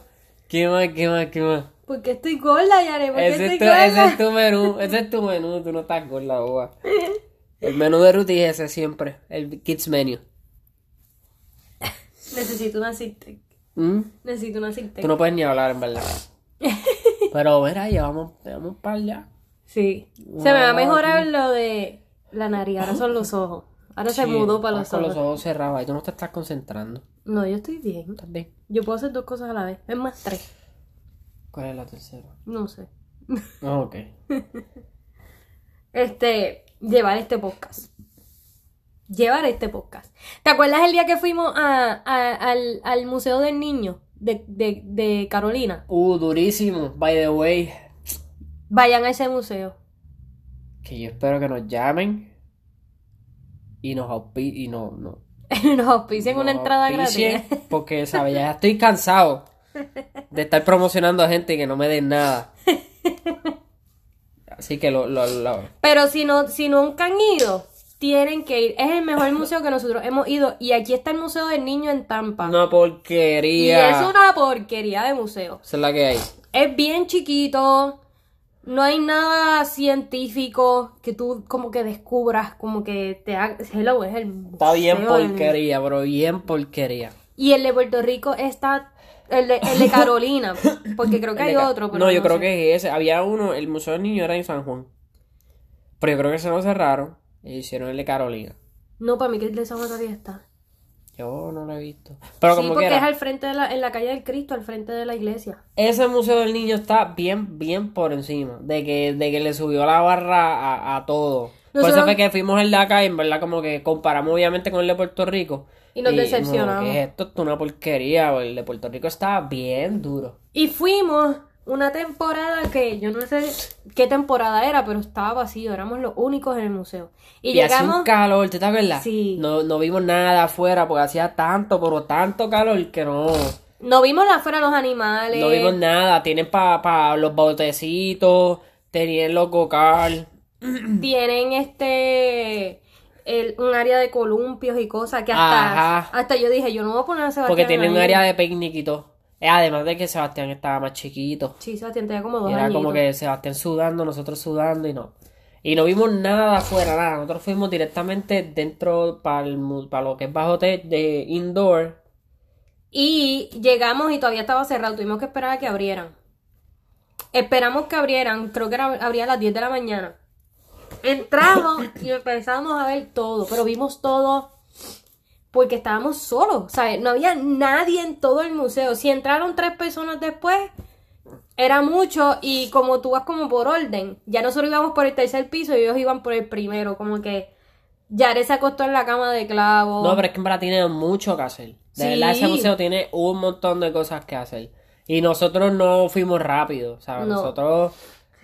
Speaker 2: ¿Qué más, qué más, qué más?
Speaker 1: Porque estoy gorda, Yare, porque
Speaker 2: Ese
Speaker 1: estoy
Speaker 2: es, tu,
Speaker 1: gorda.
Speaker 2: ese es tu menú, ese es tu menú, tú no estás gorda, boba. El menú de Ruti es ese siempre, el kids menu.
Speaker 1: Necesito una Zyrtec.
Speaker 2: ¿Mm?
Speaker 1: Necesito una
Speaker 2: Tú
Speaker 1: Zyrtec.
Speaker 2: no puedes ni hablar, en verdad. Pero mira, llevamos, llevamos para allá.
Speaker 1: Sí. Se me va a mejorar lo de la nariz, ahora son los ojos. Ahora se mudó para los
Speaker 2: Con
Speaker 1: ojos.
Speaker 2: los ojos cerrados, ahí tú no te estás concentrando.
Speaker 1: No, yo estoy bien.
Speaker 2: ¿Estás bien?
Speaker 1: Yo puedo hacer dos cosas a la vez. Es más, tres.
Speaker 2: ¿Cuál es la tercera?
Speaker 1: No sé.
Speaker 2: Ah, ok.
Speaker 1: Este, llevar este podcast. Llevar este podcast. ¿Te acuerdas el día que fuimos a- a- al, al Museo del Niño de, de- de Carolina?
Speaker 2: Uh, durísimo, by the way.
Speaker 1: Vayan a ese museo.
Speaker 2: Que yo espero que nos llamen y nos auspicien. Y no, no.
Speaker 1: Nos auspician una
Speaker 2: nos
Speaker 1: entrada
Speaker 2: auspicien,
Speaker 1: gratis.
Speaker 2: Porque, ¿sabes? Ya estoy cansado de estar promocionando a gente que no me den nada. Así que lo, lo, lo-
Speaker 1: Pero si no, si nunca han ido, tienen que ir. Es el mejor museo que nosotros hemos ido. Y aquí está el Museo del Niño en Tampa.
Speaker 2: Una
Speaker 1: y
Speaker 2: porquería.
Speaker 1: es una porquería de museo.
Speaker 2: Esa es la que hay.
Speaker 1: Es bien chiquito. No hay nada científico que tú como que descubras, como que te haga... Hello, es el...
Speaker 2: Está bien
Speaker 1: museo del-
Speaker 2: porquería, bro. Bien porquería.
Speaker 1: Y el de Puerto Rico está... El de, el de Carolina, porque creo que hay otro. pero
Speaker 2: no, yo creo
Speaker 1: sé.
Speaker 2: que es ese. Había uno, el Museo del Niño era en San Juan. Pero yo creo que se lo cerraron y hicieron el de Carolina.
Speaker 1: No, para mí que el de San Juan todavía está.
Speaker 2: Yo no lo he visto. Pero
Speaker 1: sí,
Speaker 2: como
Speaker 1: porque
Speaker 2: quiera.
Speaker 1: es al frente de la... En la calle del Cristo, al frente de la iglesia.
Speaker 2: Ese Museo del Niño está bien, bien por encima. De que, de que le subió la barra a, a todo. Por eso
Speaker 1: Nosotros-
Speaker 2: fue que fuimos el de acá y en verdad como que comparamos obviamente con el de Puerto Rico.
Speaker 1: Y nos
Speaker 2: como
Speaker 1: decepcionamos.
Speaker 2: que esto es una porquería. El de Puerto Rico está bien duro.
Speaker 1: Y fuimos una temporada que yo no sé qué temporada era, pero estaba vacío, éramos los únicos en el museo. Y,
Speaker 2: Y hacía un
Speaker 1: llegamos,
Speaker 2: calor, ¿te acuerdas?
Speaker 1: Sí.
Speaker 2: No, no vimos nada afuera porque hacía tanto, pero tanto calor que no,
Speaker 1: no vimos afuera los animales.
Speaker 2: no vimos nada. Tienen para los botecitos, tenían los cocal. Mm.
Speaker 1: Tienen este el- un área de columpios y cosas que hasta,
Speaker 2: Ajá.
Speaker 1: hasta yo dije, yo no voy a poner a Sebastián.
Speaker 2: Porque tienen un
Speaker 1: ahí.
Speaker 2: área de picnic y todo. Eh, Además de que Sebastián estaba más chiquito.
Speaker 1: Sí, Sebastián tenía como dos
Speaker 2: Era como
Speaker 1: añitos.
Speaker 2: que Sebastián sudando, nosotros sudando y no. Y no vimos nada afuera, nada. Nosotros fuimos directamente dentro para lo que es bajo te- de indoor.
Speaker 1: Y llegamos y todavía estaba cerrado, tuvimos que esperar a que abrieran. Esperamos que abrieran, creo que era, abría a las 10 de la mañana. Entramos y empezamos a ver todo, pero vimos todo porque estábamos solos, ¿sabes? No había nadie en todo el museo. Si entraron tres personas después, era mucho y como tú vas como por orden, ya nosotros íbamos por el tercer piso y ellos iban por el primero, como que Yare se acostó en la cama de clavo.
Speaker 2: No, pero es que en verdad tiene mucho que hacer. De
Speaker 1: Sí.
Speaker 2: verdad, ese museo tiene un montón de cosas que hacer. Y nosotros no fuimos rápido, ¿sabes?
Speaker 1: No.
Speaker 2: Nosotros.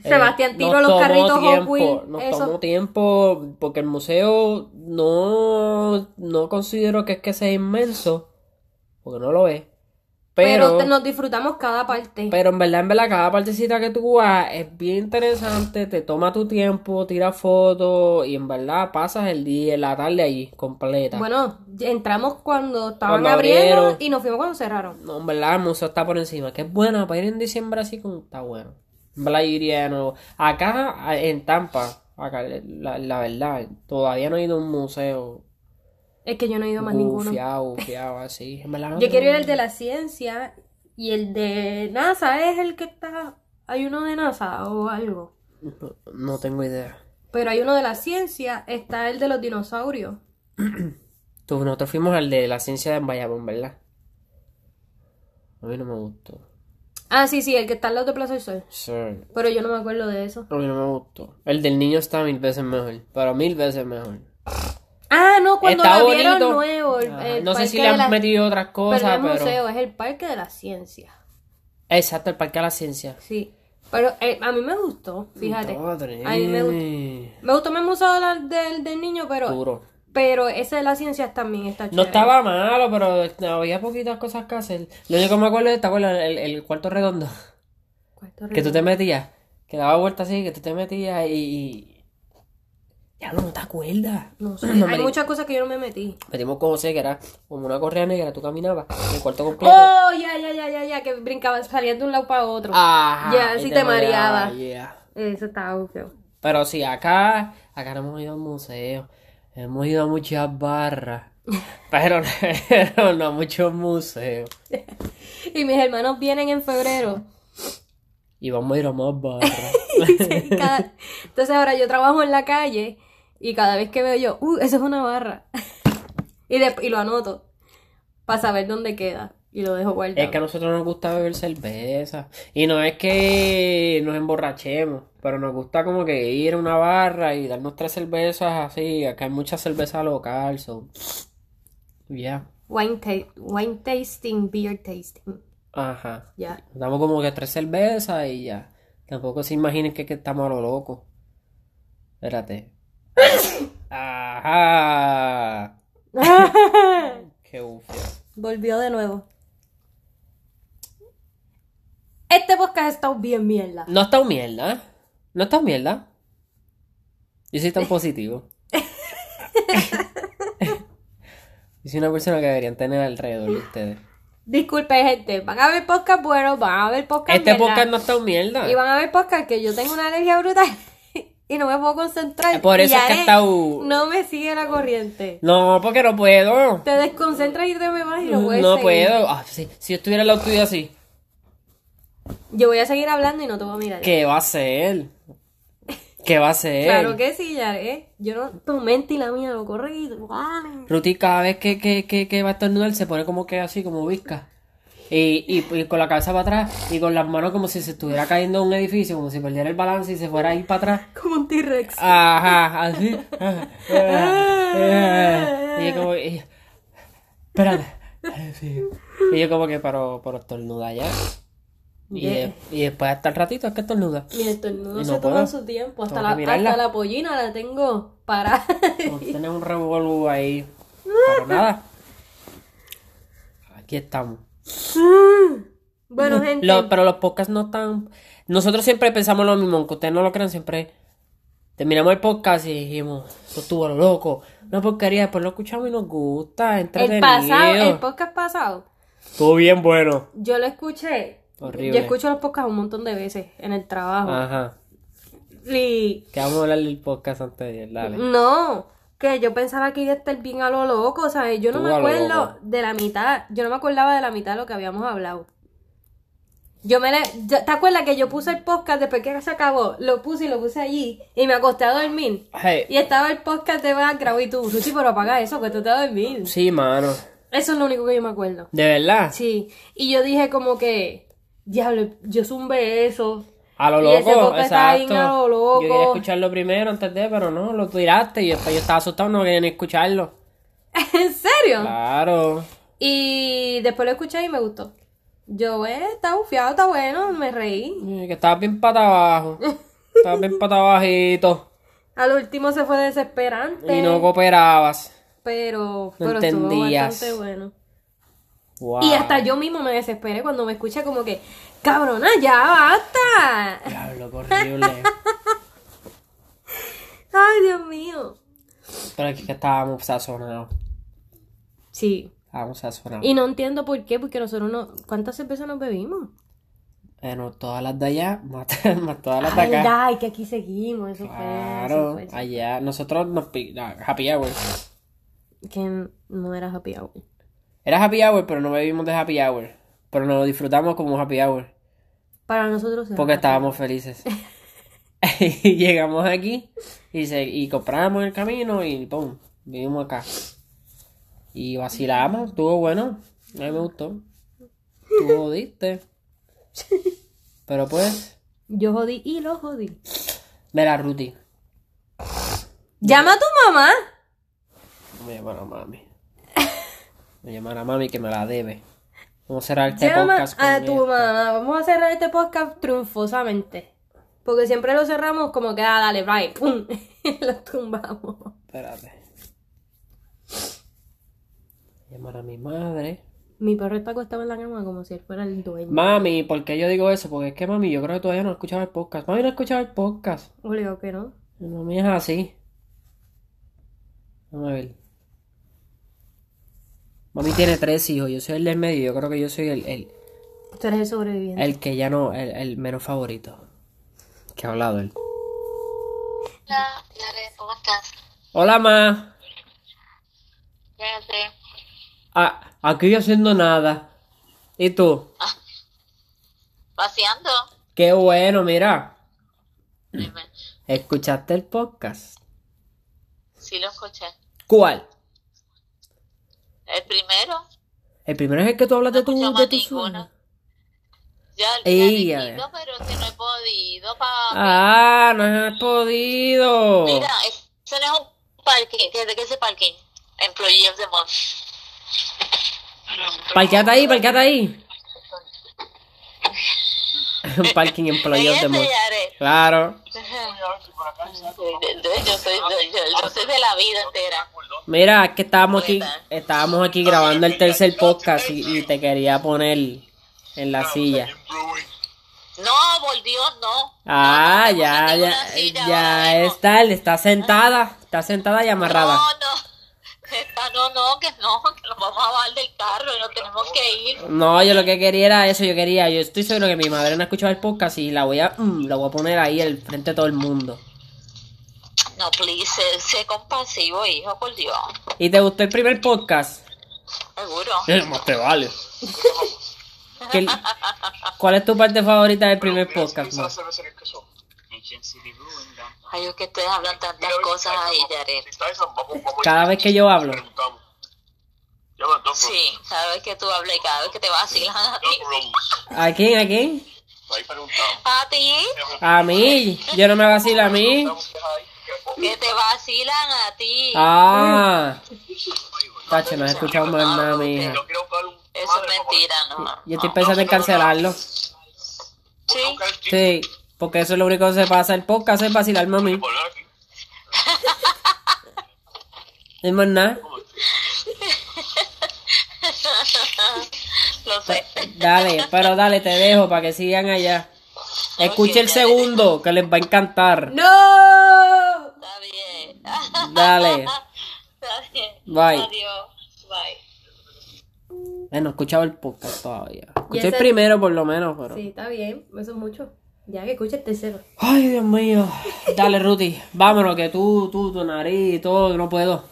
Speaker 2: eh,
Speaker 1: Sebastián tiró
Speaker 2: nos
Speaker 1: los
Speaker 2: tomó
Speaker 1: carritos Hot
Speaker 2: tiempo,
Speaker 1: Wheels,
Speaker 2: Nos
Speaker 1: eso.
Speaker 2: tomó tiempo porque el museo no, no considero que es que sea inmenso, porque no lo es.
Speaker 1: Pero,
Speaker 2: Pero,
Speaker 1: te- nos disfrutamos cada parte.
Speaker 2: pero en verdad, en verdad, cada partecita que tú vas es bien interesante, te toma tu tiempo, tira fotos y en verdad pasas el día, la tarde allí completa.
Speaker 1: Bueno, entramos cuando estaban
Speaker 2: Cuando
Speaker 1: abriendo
Speaker 2: abrieron.
Speaker 1: y nos fuimos cuando cerraron.
Speaker 2: No, en verdad, el museo está por encima. Que es bueno, para ir en diciembre así como está bueno. En verdad, yo iría de nuevo. Acá, a- en Tampa, acá, la, la verdad, todavía no he ido a un museo
Speaker 1: Es que yo no he ido a más ninguno.
Speaker 2: bufiado, bufiado, así. En verdad, no
Speaker 1: Yo
Speaker 2: tengo-
Speaker 1: quiero ir al de la ciencia y el de NASA es el que está. Hay uno de NASA o algo.
Speaker 2: No, no tengo idea.
Speaker 1: Pero hay uno de la ciencia, está el de los dinosaurios.
Speaker 2: Tú, nosotros fuimos al de la ciencia de Bayamón, ¿verdad? A mí no me gustó.
Speaker 1: Ah, sí, sí, el que está al lado de Plaza del Sol.
Speaker 2: Sí.
Speaker 1: Pero yo no me acuerdo de eso.
Speaker 2: A mí no me gustó. El del niño está mil veces mejor. Pero mil veces mejor.
Speaker 1: Ah, no, cuando
Speaker 2: Está
Speaker 1: lo abrieron
Speaker 2: bonito.
Speaker 1: nuevo. el-
Speaker 2: Ajá.
Speaker 1: el
Speaker 2: No sé
Speaker 1: parque
Speaker 2: si
Speaker 1: de
Speaker 2: le han
Speaker 1: la-
Speaker 2: metido otras cosas,
Speaker 1: Pero no es
Speaker 2: pero.
Speaker 1: museo, es el parque de la ciencia.
Speaker 2: Exacto, el Parque de la Ciencia.
Speaker 1: Sí. Pero eh, a mí me gustó, fíjate.
Speaker 2: Madre
Speaker 1: A mí me gustó. Me gustó más el museo de la- del, del niño, pero,
Speaker 2: Duro.
Speaker 1: pero ese de las ciencias también está
Speaker 2: No
Speaker 1: chévere.
Speaker 2: estaba malo, pero había poquitas cosas que hacer. Lo único que me acuerdo es, ¿te acuerdas? El, el cuarto redondo.
Speaker 1: Cuarto
Speaker 2: Que tú
Speaker 1: redondo.
Speaker 2: te metías. Que daba vuelta así, que tú te metías y... y- Ya no, no te acuerdas.
Speaker 1: No sé,
Speaker 2: No me
Speaker 1: hay
Speaker 2: digas.
Speaker 1: muchas cosas que yo no me metí.
Speaker 2: Metimos como sé, que era como una correa negra, tú caminabas. El cuarto completo.
Speaker 1: Oh, ya, ya, ya, ya, ya, que brincaba, salía de un lado para otro.
Speaker 2: Ah. Ajá,
Speaker 1: Ya,
Speaker 2: y
Speaker 1: sí te mareaba.
Speaker 2: yeah.
Speaker 1: Eso estaba feo.
Speaker 2: Pero sí, acá, acá no hemos ido a un museo. Hemos ido a muchas barras. Pero, pero no a muchos museos.
Speaker 1: Y mis hermanos vienen en febrero.
Speaker 2: Y vamos a ir a más barras.
Speaker 1: Y cada- Entonces ahora yo trabajo en la calle y cada vez que veo yo, uh, eso es una barra. y, de- y lo anoto para saber dónde queda. Y lo dejo guardado.
Speaker 2: Es que a nosotros nos gusta beber cerveza. Y no es que nos emborrachemos, pero nos gusta como que ir a una barra y darnos tres cervezas así. Acá hay mucha cerveza local, so. Ya.
Speaker 1: Wine, ta- wine tasting, beer tasting.
Speaker 2: Ajá.
Speaker 1: Ya.
Speaker 2: Nos damos como que tres cervezas y ya. Tampoco se imaginen que, que estamos a lo loco. Espérate. Ajá. Qué bufio.
Speaker 1: Volvió de nuevo. Este podcast ha estado bien mierda.
Speaker 2: No está un mierda. No está un mierda. Yo soy tan positivo. Yo soy una persona que deberían tener alrededor de ustedes.
Speaker 1: Disculpe, gente. Van a ver podcast buenos, van a ver podcast
Speaker 2: Este
Speaker 1: mierda,
Speaker 2: podcast no está un mierda.
Speaker 1: Y van a ver podcast que yo tengo una alergia brutal y no me puedo concentrar.
Speaker 2: Por
Speaker 1: y
Speaker 2: eso es que
Speaker 1: Yaret
Speaker 2: está u-
Speaker 1: No me sigue la corriente.
Speaker 2: No, porque no puedo.
Speaker 1: Te desconcentras y te me vas y no puedes
Speaker 2: No
Speaker 1: seguir.
Speaker 2: puedo. Ah, si, si yo estuviera al lado tuyo así,
Speaker 1: Yo voy a seguir hablando y no te voy a mirar.
Speaker 2: ¿qué va a ser? ¿Qué va a ser?
Speaker 1: Claro que sí, Yaret. Yo no, tu mente y la mía lo corre y igual.
Speaker 2: Ruti cada vez que, que, que, que va a estornudar se pone como que así, como visca. Y, y, y con la cabeza para atrás y con las manos como si se estuviera cayendo de un edificio, como si perdiera el balance y se fuera a ir para atrás.
Speaker 1: Como un T-Rex.
Speaker 2: Ajá, así. y yo como que... Espérate. Sí. Y yo como que, pero, pero estornuda ya. Y, de- y después hasta el ratito es que estornuda.
Speaker 1: Mi estornudo
Speaker 2: Y
Speaker 1: se
Speaker 2: no
Speaker 1: toma
Speaker 2: puedo.
Speaker 1: su tiempo. Hasta
Speaker 2: Tengo
Speaker 1: la,
Speaker 2: que mirarla.
Speaker 1: hasta la pollina la tengo parada.
Speaker 2: Como Tiene un revolú ahí. Pero nada. Aquí estamos.
Speaker 1: bueno, gente.
Speaker 2: Lo- pero los podcasts no están. Nosotros siempre pensamos lo mismo, aunque ustedes no lo crean, siempre terminamos el podcast y dijimos, esto estuvo a lo loco, una porquería, después lo escuchamos y nos gusta,
Speaker 1: el
Speaker 2: entretenido.
Speaker 1: pasado, el podcast pasado,
Speaker 2: Estuvo bien bueno.
Speaker 1: yo lo escuché.
Speaker 2: Horrible.
Speaker 1: Yo
Speaker 2: Ah.
Speaker 1: escucho los podcasts un montón de veces en el trabajo.
Speaker 2: Ajá.
Speaker 1: Y
Speaker 2: Que vamos a hablar del podcast antes de ayer, dale.
Speaker 1: no, que yo pensaba que iba a estar bien a lo loco, ¿sabes? Yo no
Speaker 2: Tú
Speaker 1: me
Speaker 2: a lo
Speaker 1: acuerdo
Speaker 2: loco.
Speaker 1: de la mitad, yo no me acordaba de la mitad de lo que habíamos hablado. Yo me le, ya- ¿te acuerdas que yo puse el podcast después que se acabó? Lo puse y lo puse allí y me acosté a dormir.
Speaker 2: Ay,
Speaker 1: Y estaba el podcast de background y tú, sí, pero apaga eso, que tú te vas a dormir.
Speaker 2: sí, mano.
Speaker 1: Eso es lo único que yo me acuerdo.
Speaker 2: De verdad.
Speaker 1: Sí, y yo dije como que, diablo, yo zumbé eso.
Speaker 2: A lo
Speaker 1: Y ese
Speaker 2: loco,
Speaker 1: podcast está bien
Speaker 2: exacto.
Speaker 1: a lo
Speaker 2: Yo
Speaker 1: loco.
Speaker 2: quería escucharlo primero antes de, pero no, lo tiraste y después yo estaba asustado, no quería ni escucharlo.
Speaker 1: ¿En serio?
Speaker 2: Claro.
Speaker 1: Y después lo escuché y me gustó. Yo, eh, está bufiado, está bueno, me reí.
Speaker 2: Eh, Que estabas bien pata abajo. Estabas bien pata abajito.
Speaker 1: Al último se fue desesperante,
Speaker 2: Y no cooperabas.
Speaker 1: pero,
Speaker 2: No
Speaker 1: pero estuvo
Speaker 2: entendías.
Speaker 1: bastante bueno.
Speaker 2: Wow.
Speaker 1: Y hasta yo mismo me desesperé cuando me escuché como que, cabrona, ya basta.
Speaker 2: Diablo, qué horrible.
Speaker 1: Ay, Dios mío.
Speaker 2: Pero es que estábamos sazonados.
Speaker 1: Sí.
Speaker 2: Estábamos sazonados.
Speaker 1: Y no entiendo por qué, porque nosotros no... ¿Cuántas cervezas nos bebimos?
Speaker 2: Bueno, Eh, todas las de allá, más, más todas las de
Speaker 1: Ay,
Speaker 2: acá.
Speaker 1: ay, que aquí seguimos, eso
Speaker 2: Claro,
Speaker 1: fue, eso fue.
Speaker 2: allá. Nosotros nos pi- ah, Happy hour.
Speaker 1: Que no era happy hour.
Speaker 2: Era happy hour, pero no bebimos de happy hour. Pero nos lo disfrutamos como un happy hour.
Speaker 1: Para nosotros era
Speaker 2: Porque
Speaker 1: happy
Speaker 2: estábamos felices. y llegamos aquí y, se, y compramos en el camino y pum, vivimos acá. Y vacilamos, estuvo bueno. A mí me gustó. Tú jodiste. Pero pues,
Speaker 1: Yo jodí y lo jodí.
Speaker 2: mira, Ruti.
Speaker 1: Llama a tu mamá.
Speaker 2: Me llamará mami. Me llamará mami que me la debe. Vamos a cerrar este
Speaker 1: Llama
Speaker 2: podcast.
Speaker 1: a
Speaker 2: con
Speaker 1: tu
Speaker 2: esto.
Speaker 1: mamá. Vamos a cerrar este podcast triunfosamente. Porque siempre lo cerramos como que, ah, dale, bye, pum. lo tumbamos.
Speaker 2: Espérate. Llamar a mi madre.
Speaker 1: Mi perro está acostado en la cama como si él fuera el dueño.
Speaker 2: Mami, ¿por qué yo digo eso? Porque es que mami, yo creo que todavía no escuchaba el podcast. Mami no escuchaba el podcast.
Speaker 1: Obligado que no.
Speaker 2: Mami es así. Vamos a ver. Mami tiene tres hijos. Yo soy el del medio. Yo creo que yo soy el, el,
Speaker 1: Tú eres el sobreviviente.
Speaker 2: el que ya no, el, el menos favorito. Que ha hablado él.
Speaker 3: Hola, Yare, ¿cómo estás?
Speaker 2: Hola, ma.
Speaker 3: Fíjate,
Speaker 2: Ah, aquí yo haciendo nada. ¿Y tú?
Speaker 3: paseando.
Speaker 2: Qué bueno, mira. Mm.
Speaker 3: Dime,
Speaker 2: ¿Escuchaste el podcast?
Speaker 3: sí lo escuché.
Speaker 2: ¿Cuál?
Speaker 3: El primero,
Speaker 2: El primero es el que tú hablas de tu,
Speaker 3: No
Speaker 2: de
Speaker 3: escuchamos
Speaker 2: tu suegra.
Speaker 3: ninguno. ya el
Speaker 2: Ey,
Speaker 3: día
Speaker 2: a
Speaker 3: de
Speaker 2: ver.
Speaker 3: quinto, pero que no he podido, pa.
Speaker 2: Ah, oh. no has podido.
Speaker 3: Mira, eso no es un parque, desde que ese parque, en Project de Mon.
Speaker 2: Parqueate ahí, parqueate ahí. Un parking en Playas de
Speaker 3: Ese,
Speaker 2: Mon.
Speaker 3: Yare.
Speaker 2: Claro.
Speaker 3: Yo soy, yo- yo- yo soy de la vida entera.
Speaker 2: Mira, es que estábamos aquí, estábamos aquí grabando el tercer podcast y, y te quería poner en la silla.
Speaker 3: No, por Dios, no.
Speaker 2: Ah, ya,
Speaker 3: tengo
Speaker 2: ya,
Speaker 3: una silla
Speaker 2: ya
Speaker 3: ahora mismo.
Speaker 2: está, él está sentada, está sentada y amarrada.
Speaker 3: No, no. Ah, no, no, que no, que nos vamos a bajar del carro y nos tenemos que ir.
Speaker 2: No, yo lo que quería era eso, yo quería, yo estoy seguro que mi madre no ha escuchado el podcast y la voy a, mm, la voy a poner ahí al frente de todo el mundo.
Speaker 3: No, please, sé, sé compasivo, hijo, por Dios.
Speaker 2: ¿Y te gustó el primer podcast?
Speaker 3: Seguro.
Speaker 2: Eh, más te vale. ¿Qué- ¿Cuál es tu parte favorita del primer podcast? ma?
Speaker 3: Ay, es que ustedes hablan tantas cosas ahí, Jared.
Speaker 2: Cada vez que yo hablo.
Speaker 3: Sí, cada vez que tú hablas y cada vez que te vacilan a ti.
Speaker 2: ¿A quién? ¿A quién?
Speaker 3: A ti,
Speaker 2: A mí. Yo no me vacilo a mí.
Speaker 3: que te vacilan a ti.
Speaker 2: Ah. Tacho, no has escuchado más nada, mija.
Speaker 3: Eso es mentira, no.
Speaker 2: Yo estoy pensando en cancelarlo.
Speaker 3: Sí,
Speaker 2: Sí, porque eso es lo único que se pasa. El podcast es vacilarme a mí. Es más nada.
Speaker 3: lo sé.
Speaker 2: Dale, pero dale, te dejo para que sigan allá. Escucha el segundo, que les va a encantar.
Speaker 1: ¡No!
Speaker 3: Está bien.
Speaker 2: Dale.
Speaker 3: Está bien.
Speaker 2: Bye.
Speaker 3: Adiós. Bye.
Speaker 2: Eh, no he escuchado el podcast todavía.
Speaker 1: Y
Speaker 2: Escuché
Speaker 1: ese-
Speaker 2: el primero por lo menos, pero.
Speaker 1: Sí, está bien, eso es mucho. Ya que este escucha el tercero.
Speaker 2: Ay, Dios mío. Dale, Ruti. Vámonos, que tú, tú, tu nariz y todo, no puedo.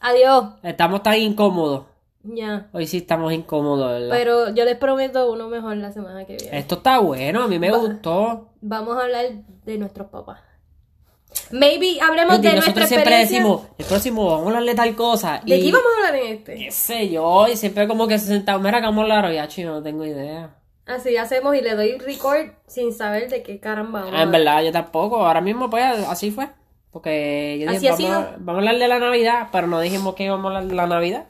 Speaker 1: Adiós.
Speaker 2: Estamos tan incómodos.
Speaker 1: Ya.
Speaker 2: Hoy sí estamos incómodos, ¿verdad?
Speaker 1: Pero yo les prometo uno mejor la semana que viene.
Speaker 2: Esto está bueno, a mí me
Speaker 1: Va-
Speaker 2: gustó.
Speaker 1: Vamos a hablar de nuestros papás. Maybe hablemos
Speaker 2: Ruti,
Speaker 1: de nuestra
Speaker 2: nosotros siempre
Speaker 1: experiencia.
Speaker 2: decimos, el próximo vamos a hablar de tal cosa.
Speaker 1: ¿De
Speaker 2: y,
Speaker 1: qué vamos a hablar en este?
Speaker 2: Qué sé yo, y siempre como que se sentamos, mira que vamos a hablar ya, chino, no tengo idea.
Speaker 1: Así hacemos y le doy record sin saber de qué caramba vamos a
Speaker 2: Ah, en
Speaker 1: hablar.
Speaker 2: verdad, yo tampoco. Ahora mismo, pues, así fue. Porque yo dije,
Speaker 1: Así ha
Speaker 2: vamos, a-
Speaker 1: sido.
Speaker 2: vamos a hablar de la Navidad, pero no dijimos que íbamos a hablar de la Navidad.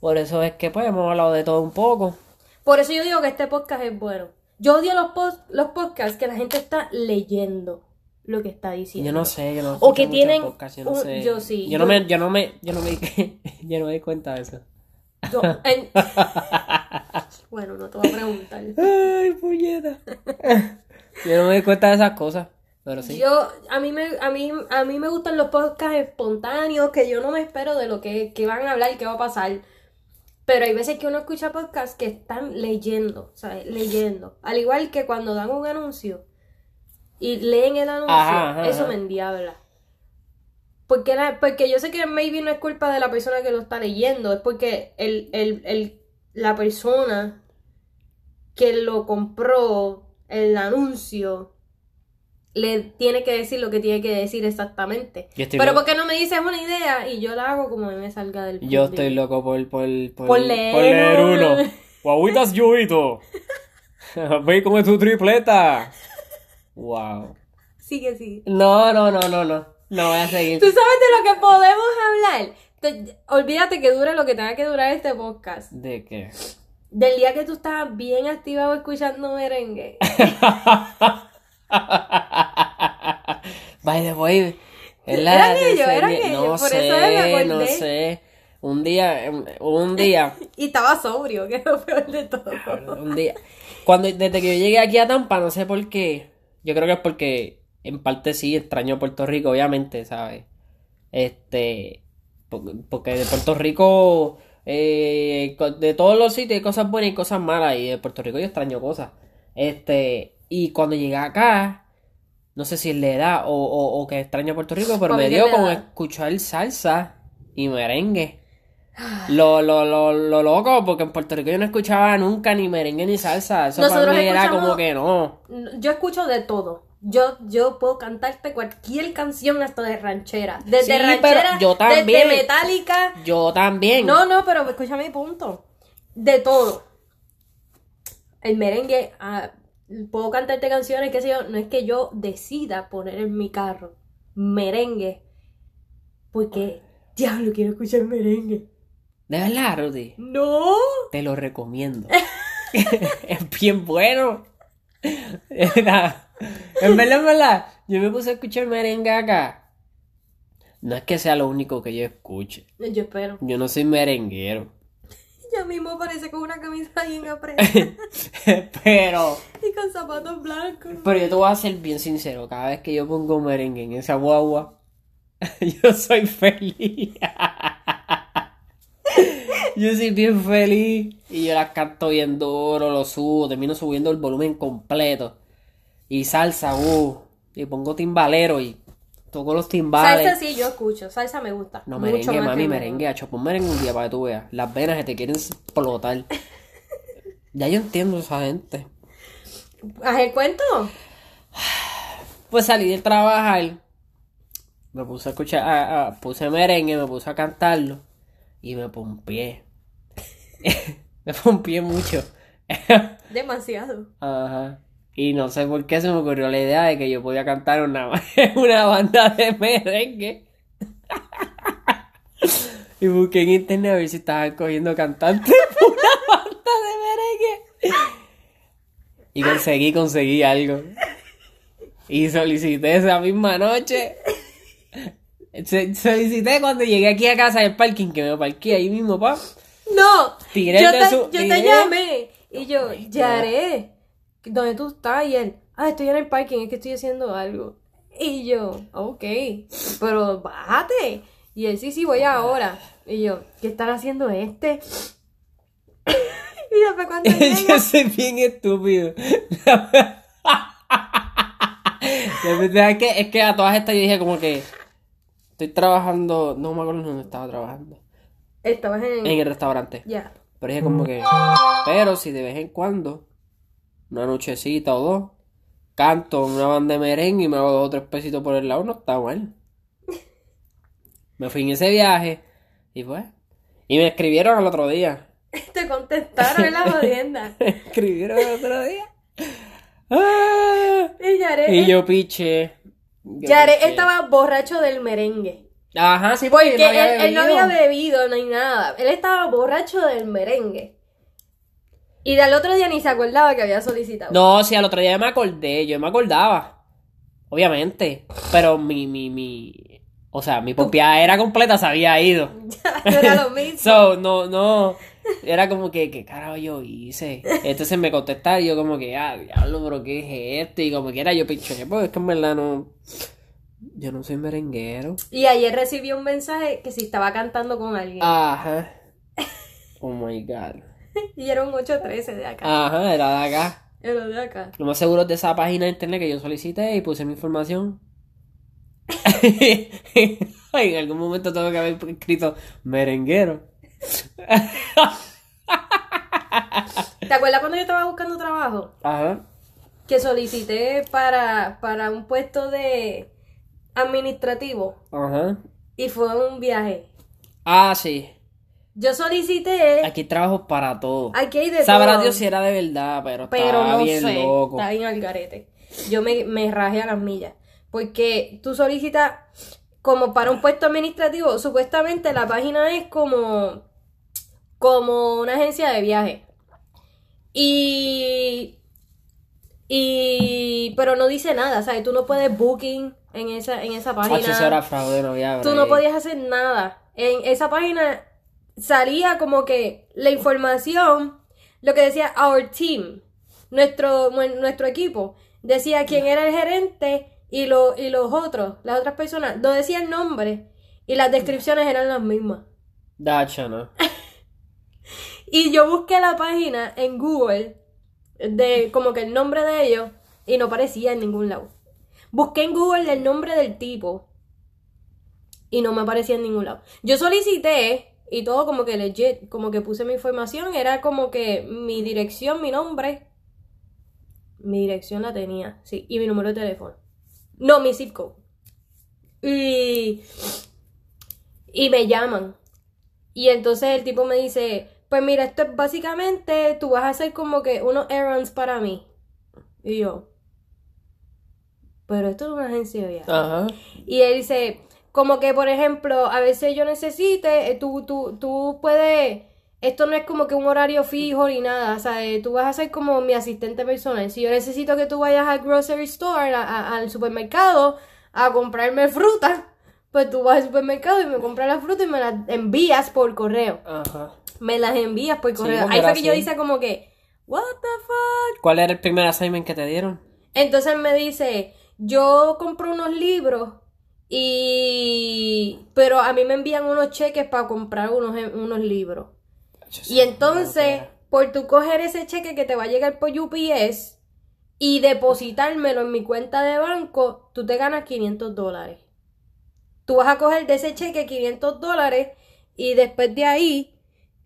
Speaker 2: Por eso es que, pues, hemos hablado de todo un poco.
Speaker 1: Por eso yo digo que este podcast es bueno. Yo odio los, pos- los podcasts que la gente está leyendo lo que está
Speaker 2: Y
Speaker 1: diciendo.
Speaker 2: yo no sé, yo no
Speaker 1: O
Speaker 2: escucho
Speaker 1: que
Speaker 2: mucho
Speaker 1: tienen
Speaker 2: podcast, yo no
Speaker 1: un-
Speaker 2: sé.
Speaker 1: yo sí,
Speaker 2: Yo no
Speaker 1: yo-
Speaker 2: me, yo no me, yo no me, yo no me di cuenta de eso.
Speaker 1: Yo- en- bueno, no te voy a preguntar.
Speaker 2: Ay, puñeta. yo no me di cuenta de esas cosas, pero sí.
Speaker 1: Yo, a mí, me, a, mí, a mí me gustan los podcasts espontáneos, que yo no me espero de lo que, que van a hablar y qué va a pasar. Pero hay veces que uno escucha podcasts que están leyendo, ¿sabes? Leyendo. Al igual que cuando dan un anuncio y leen el anuncio,
Speaker 2: Ajá, ajá,
Speaker 1: eso
Speaker 2: ajá.
Speaker 1: me endiabla. Porque, la- porque yo sé que maybe no es culpa de la persona que lo está leyendo, es porque el, el, el, la persona que lo compró, el anuncio, le tiene que decir lo que tiene que decir exactamente.
Speaker 2: Yo estoy
Speaker 1: Pero
Speaker 2: loco.
Speaker 1: porque no me dices una idea y yo la hago como a mí me salga del
Speaker 2: Yo
Speaker 1: fundillo.
Speaker 2: estoy loco por, por, por,
Speaker 1: Por leer
Speaker 2: por leer
Speaker 1: uno.
Speaker 2: uno. Guaguitas Yuito. Ve como es tu tripleta. Wow.
Speaker 1: Sigue, sigue.
Speaker 2: No, no, no, no, no. No voy a seguir.
Speaker 1: ¿Tú sabes de lo que podemos hablar? Te- olvídate que dure lo que tenga que durar este podcast.
Speaker 2: ¿De qué?
Speaker 1: Del día que tú estabas bien activado escuchando merengue.
Speaker 2: By the way. es
Speaker 1: Era
Speaker 2: de
Speaker 1: aquello, era
Speaker 2: serie-
Speaker 1: aquello,
Speaker 2: No
Speaker 1: por
Speaker 2: sé,
Speaker 1: eso me
Speaker 2: no
Speaker 1: acordé.
Speaker 2: sé. Un día, em, un día,
Speaker 1: Y estaba sobrio, que es lo peor de todo.
Speaker 2: un día. Cuando, desde que yo llegué aquí a Tampa, no sé por qué. Yo creo que es porque, en parte sí, extraño Puerto Rico, obviamente, ¿sabes? Este, po- porque de Puerto Rico, eh, co- de todos los sitios hay cosas buenas y cosas malas, y de Puerto Rico yo extraño cosas. Este, y cuando llegué acá, no sé si es la edad o, o- o que extraño Puerto Rico, pero
Speaker 1: Para
Speaker 2: me
Speaker 1: mí que
Speaker 2: dio
Speaker 1: es la
Speaker 2: con
Speaker 1: edad.
Speaker 2: escuchar salsa y merengue. Lo, lo, lo, lo loco, porque en Puerto Rico yo no escuchaba nunca ni merengue ni salsa. Eso para
Speaker 1: Nosotros
Speaker 2: mí era
Speaker 1: escuchamos-
Speaker 2: como que no.
Speaker 1: Yo escucho de todo. Yo, yo puedo cantarte cualquier canción hasta de ranchera. Desde
Speaker 2: Sí, pero
Speaker 1: ranchera,
Speaker 2: yo también.
Speaker 1: desde metálica.
Speaker 2: Yo también.
Speaker 1: No, no, pero escucha mi punto. De todo. El merengue, ah, puedo cantarte canciones, qué sé yo. No es que yo decida poner en mi carro merengue. Porque, diablo, quiero escuchar merengue.
Speaker 2: De verdad, Rudy.
Speaker 1: No.
Speaker 2: Te lo recomiendo. es bien bueno. Era- en verdad, en verdad, yo me puse a escuchar merengue acá. No es que sea lo único que yo escuche.
Speaker 1: Yo espero.
Speaker 2: Yo no soy merenguero.
Speaker 1: Ya mismo aparece con una camisa bien apretada
Speaker 2: pero,
Speaker 1: y con zapatos blancos.
Speaker 2: pero yo te voy a ser bien sincero. Cada vez que yo pongo merengue en esa guagua, yo soy feliz. Yo soy bien feliz. Y yo las canto bien duro, lo subo, termino subiendo el volumen completo. Y salsa, uh. Y pongo timbalero y toco los timbales.
Speaker 1: Salsa sí yo escucho, salsa me gusta.
Speaker 2: No,
Speaker 1: mucho
Speaker 2: merengue,
Speaker 1: más que
Speaker 2: mami,
Speaker 1: el
Speaker 2: merengue, hacho, pon merengue un día para que tú veas. Las venas se te quieren explotar. ya yo entiendo a esa gente.
Speaker 1: ¿Haz Ah, el cuento?
Speaker 2: Pues salí de trabajar, me puse a escuchar, a- a- puse merengue, me puse a cantarlo y me pompié. me pompié mucho.
Speaker 1: Demasiado.
Speaker 2: Ajá. Y no sé por qué se me ocurrió la idea de que yo podía cantar una, una banda de merengue. Y busqué en internet a ver si estaban cogiendo cantantes para una banda de merengue. Y conseguí, conseguí algo. Y solicité esa misma noche. Se- solicité cuando llegué aquí a casa del parking, que me parqué ahí mismo, pa.
Speaker 1: No,
Speaker 2: Tiré
Speaker 1: yo
Speaker 2: de
Speaker 1: te,
Speaker 2: su-
Speaker 1: yo te
Speaker 2: tiré.
Speaker 1: llamé y yo, Yaré, ¿dónde tú estás? Y él, ah, estoy en el parking, es que estoy haciendo algo. Y yo, ok, pero bájate. Y él, sí, sí, voy ahora. Y yo, ¿qué están haciendo este? y después cuando
Speaker 2: Yo
Speaker 1: llega,
Speaker 2: soy bien estúpido. La verdad es que, es que a todas estas yo dije como que estoy trabajando, no me acuerdo dónde estaba trabajando,
Speaker 1: estabas en...
Speaker 2: en el restaurante.
Speaker 1: Ya.
Speaker 2: Pero dije como que, pero si de vez en cuando, una nochecita o dos, canto una banda de merengue y me hago dos o tres pesitos por el lado, no está mal. Me fui en ese viaje y pues, y me escribieron al otro día.
Speaker 1: Te contestaron en la jodienda.
Speaker 2: Me escribieron al otro día. ¡Ah!
Speaker 1: Y Yaré,
Speaker 2: Y yo piche. Yo
Speaker 1: Yaré
Speaker 2: piche.
Speaker 1: estaba borracho del merengue.
Speaker 2: Ajá, sí, porque
Speaker 1: Que
Speaker 2: no había
Speaker 1: él, él no
Speaker 2: bebido.
Speaker 1: había bebido ni nada. Él estaba borracho del merengue. Y al otro día ni se acordaba que había solicitado.
Speaker 2: No, sí, al otro día me acordé, yo me acordaba. Obviamente. Pero mi, mi, mi. O sea, mi popiada era completa, se había ido.
Speaker 1: Era lo mismo.
Speaker 2: So, no, no. Era como que, ¿qué carajo yo hice? Entonces me contestaba y yo como que, ah, diablo, pero ¿qué es esto? Y como que era yo piche, pues es que en verdad no. Yo no soy merenguero.
Speaker 1: Y ayer recibió un mensaje que si estaba cantando con alguien.
Speaker 2: Ah. Ajá. Oh my god.
Speaker 1: Y era un 813 de acá.
Speaker 2: Ajá, era de acá.
Speaker 1: Era de acá.
Speaker 2: Lo más seguro es de esa página de internet que yo solicité y puse mi información. en algún momento tengo que haber escrito merenguero.
Speaker 1: ¿Te acuerdas cuando yo estaba buscando trabajo?
Speaker 2: Ajá.
Speaker 1: Que solicité para, para un puesto de administrativo.
Speaker 2: Ajá.
Speaker 1: Y fue un viaje.
Speaker 2: Ah, sí.
Speaker 1: Yo solicité.
Speaker 2: Aquí trabajo para todo.
Speaker 1: Aquí hay de
Speaker 2: Sabrá
Speaker 1: todo.
Speaker 2: Dios si era de verdad, pero
Speaker 1: Pero
Speaker 2: estaba
Speaker 1: no
Speaker 2: bien
Speaker 1: sé,
Speaker 2: loco.
Speaker 1: está bien al garete. Yo me, me rajé a las millas. Porque tú solicitas, como para un puesto administrativo, supuestamente la página es como, como una agencia de viaje. Y. Y. Pero no dice nada, ¿sabes? Tú no puedes booking en esa, en esa
Speaker 2: Hacho, eso
Speaker 1: página.
Speaker 2: era fraude, no había
Speaker 1: Tú no
Speaker 2: break.
Speaker 1: podías hacer nada. En esa página salía como que la información, lo que decía our team, nuestro, mu- nuestro equipo, decía quién era el gerente y, lo, y los otros, las otras personas, no decía el nombre y las descripciones eran las mismas.
Speaker 2: Dacho, no.
Speaker 1: Y yo busqué la página en Google de como que el nombre de ellos y no aparecía en ningún lado. Busqué en Google el nombre del tipo y no me aparecía en ningún lado. Yo solicité y todo como que legit, como que puse mi información, era como que mi dirección, mi nombre. Mi dirección la tenía, sí, y mi número de teléfono. No, mi zip code. Y y me llaman. Y entonces el tipo me dice, pues mira, esto es básicamente, tú vas a hacer como que unos errands para mí. Y yo, pero esto es una agencia de viaje".
Speaker 2: Ajá.
Speaker 1: Y él dice, como que por ejemplo, a veces yo necesite, eh, tú, tú, tú puedes, esto no es como que un horario fijo ni nada, o sea, eh, tú vas a ser como mi asistente personal. Si yo necesito que tú vayas al grocery store, a- a- al supermercado, a comprarme fruta, pues tú vas al supermercado y me compras la fruta y me las envías por correo.
Speaker 2: Ajá.
Speaker 1: Me las envías por
Speaker 2: Sí,
Speaker 1: correo.
Speaker 2: como
Speaker 1: Ahí
Speaker 2: era
Speaker 1: fue que yo
Speaker 2: así.
Speaker 1: hice como que, what the fuck?
Speaker 2: ¿Cuál era el primer assignment que te dieron?
Speaker 1: Entonces me dice, yo compro unos libros y... Pero a mí me envían unos cheques para comprar unos, unos libros. Y entonces, por tú coger ese cheque que te va a llegar por UPS y depositármelo en mi cuenta de banco, tú te ganas 500 dólares. Tú vas a coger de ese cheque 500 dólares y después de ahí,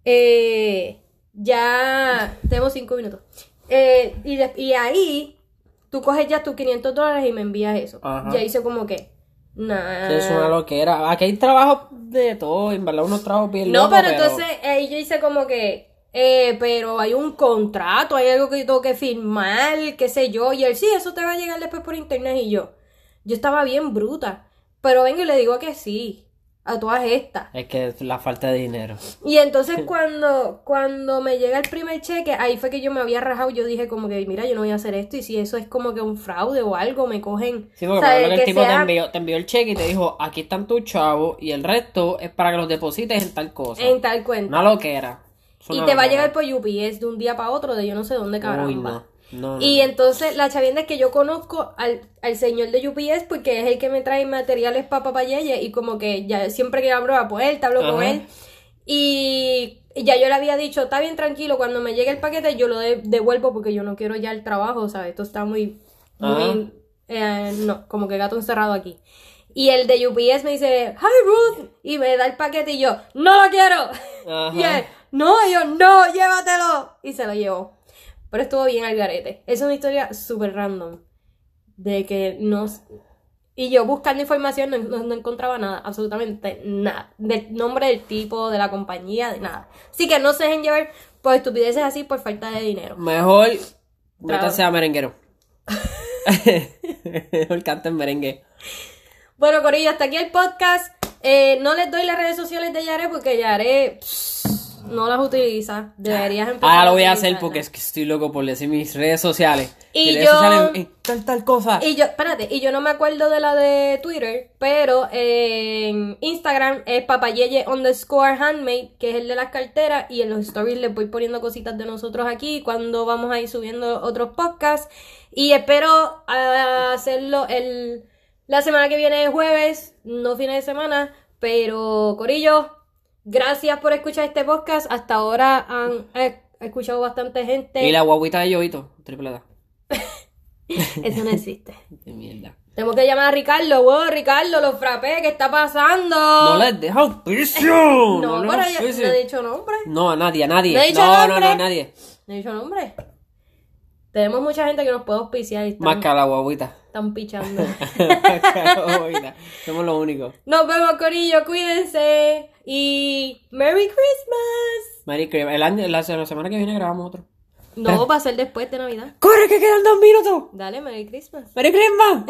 Speaker 1: eh, ya tenemos 5 minutos. Eh, y, de- y ahí, tú coges ya tus 500 dólares y me envías eso.
Speaker 2: Ajá.
Speaker 1: Ya hice como que, nah.
Speaker 2: Sí, Es una loquera. Aquí hay trabajo de todo, en verdad, unos trabajos bien
Speaker 1: No,
Speaker 2: locos,
Speaker 1: pero entonces ahí yo hice como que, eh, pero hay un contrato, hay algo que yo tengo que firmar, qué sé yo, y él sí, eso te va a llegar después por internet y yo, yo estaba bien bruta, pero vengo y le digo que sí, a todas estas.
Speaker 2: Es que es la falta de dinero.
Speaker 1: Y entonces cuando, cuando me llega el primer cheque, ahí fue que yo me había rajado, yo dije como que, mira, yo no voy a hacer esto, y si eso es como que un fraude o algo, me cogen,
Speaker 2: Sí, porque
Speaker 1: ¿sabes?
Speaker 2: por lo que el
Speaker 1: Que
Speaker 2: tipo te
Speaker 1: sea-
Speaker 2: envió, te envió el cheque y te dijo, aquí están tus chavos y el resto es para que los deposites en tal cosa.
Speaker 1: en tal cuenta.
Speaker 2: Una loquera. Es
Speaker 1: Y
Speaker 2: una
Speaker 1: te va a
Speaker 2: loquera.
Speaker 1: llegar por UPS de un día para otro, de yo no sé dónde, caramba.
Speaker 2: Uy, no. No, no.
Speaker 1: Y entonces la chavienda es que yo conozco al, al señor de UPS porque es el que me trae materiales para papayeye y como que ya siempre que abro a pues él, te hablo con
Speaker 2: Ajá.
Speaker 1: él. Y ya yo le había dicho, está bien tranquilo, cuando me llegue el paquete yo lo de- devuelvo porque yo no quiero ya el trabajo, ¿sabes? Esto está muy, muy, eh, no, como que gato encerrado aquí. Y el de UPS me dice, hi Ruth, y me da el paquete y yo, no lo quiero.
Speaker 2: Ajá.
Speaker 1: Y él, no, y yo, no, llévatelo. Y se lo llevó. Pero estuvo bien al garete. Es una historia súper random. De que nos... Y yo buscando información no, no- no encontraba nada, absolutamente nada. Del nombre del tipo, de la compañía, de nada. Así que no se dejen llevar por estupideces así por falta de dinero.
Speaker 2: Mejor métanse a merenguero. Mejor canten merengue.
Speaker 1: Bueno, Corillo, hasta aquí el podcast. Eh, no les doy las redes sociales de Yare porque Yare pss, no las utiliza. Deberías empezar.
Speaker 2: Ah, Ahora lo voy a hacer
Speaker 1: utilizarlas.
Speaker 2: porque es que estoy loco por decir mis redes sociales.
Speaker 1: Y
Speaker 2: Mis redes
Speaker 1: yo-
Speaker 2: sociales, eh, tal, tal cosa.
Speaker 1: Y yo, espérate, y yo no me acuerdo de la de Twitter, pero en Instagram es papayeye underscore handmade, que es el de las carteras, y en los stories les voy poniendo cositas de nosotros aquí, cuando vamos a ir subiendo otros podcasts, y espero ah, hacerlo el, la semana que viene jueves, no fines de semana, pero Corillo, gracias por escuchar este podcast, hasta ahora han eh, escuchado bastante gente,
Speaker 2: Y la guaguita de Yovito, triple A.
Speaker 1: eso no existe.
Speaker 2: De mierda.
Speaker 1: Tenemos que llamar a Ricardo, wow, Ricardo, los frappés, ¿qué está pasando?
Speaker 2: No les deja auspicio.
Speaker 1: No,
Speaker 2: les
Speaker 1: pero
Speaker 2: deja
Speaker 1: yo
Speaker 2: auspicio.
Speaker 1: no he dicho nombre.
Speaker 2: No, a nadie, a nadie.
Speaker 1: No he dicho
Speaker 2: no, no,
Speaker 1: nombre.
Speaker 2: no, a nadie.
Speaker 1: No he dicho nombre. Tenemos mucha gente que nos puede auspiciar y
Speaker 2: Más
Speaker 1: están,
Speaker 2: que a la guaguita.
Speaker 1: están pichando.
Speaker 2: Más que a la guaguita. Somos los únicos.
Speaker 1: nos vemos, Corillo, cuídense. Y Merry Christmas.
Speaker 2: Mary Cream. El año, la, la semana que viene grabamos otro.
Speaker 1: No, va a ser después de Navidad.
Speaker 2: ¡Corre, que quedan dos minutos!
Speaker 1: Dale, Merry Christmas.
Speaker 2: ¡Mary Cream,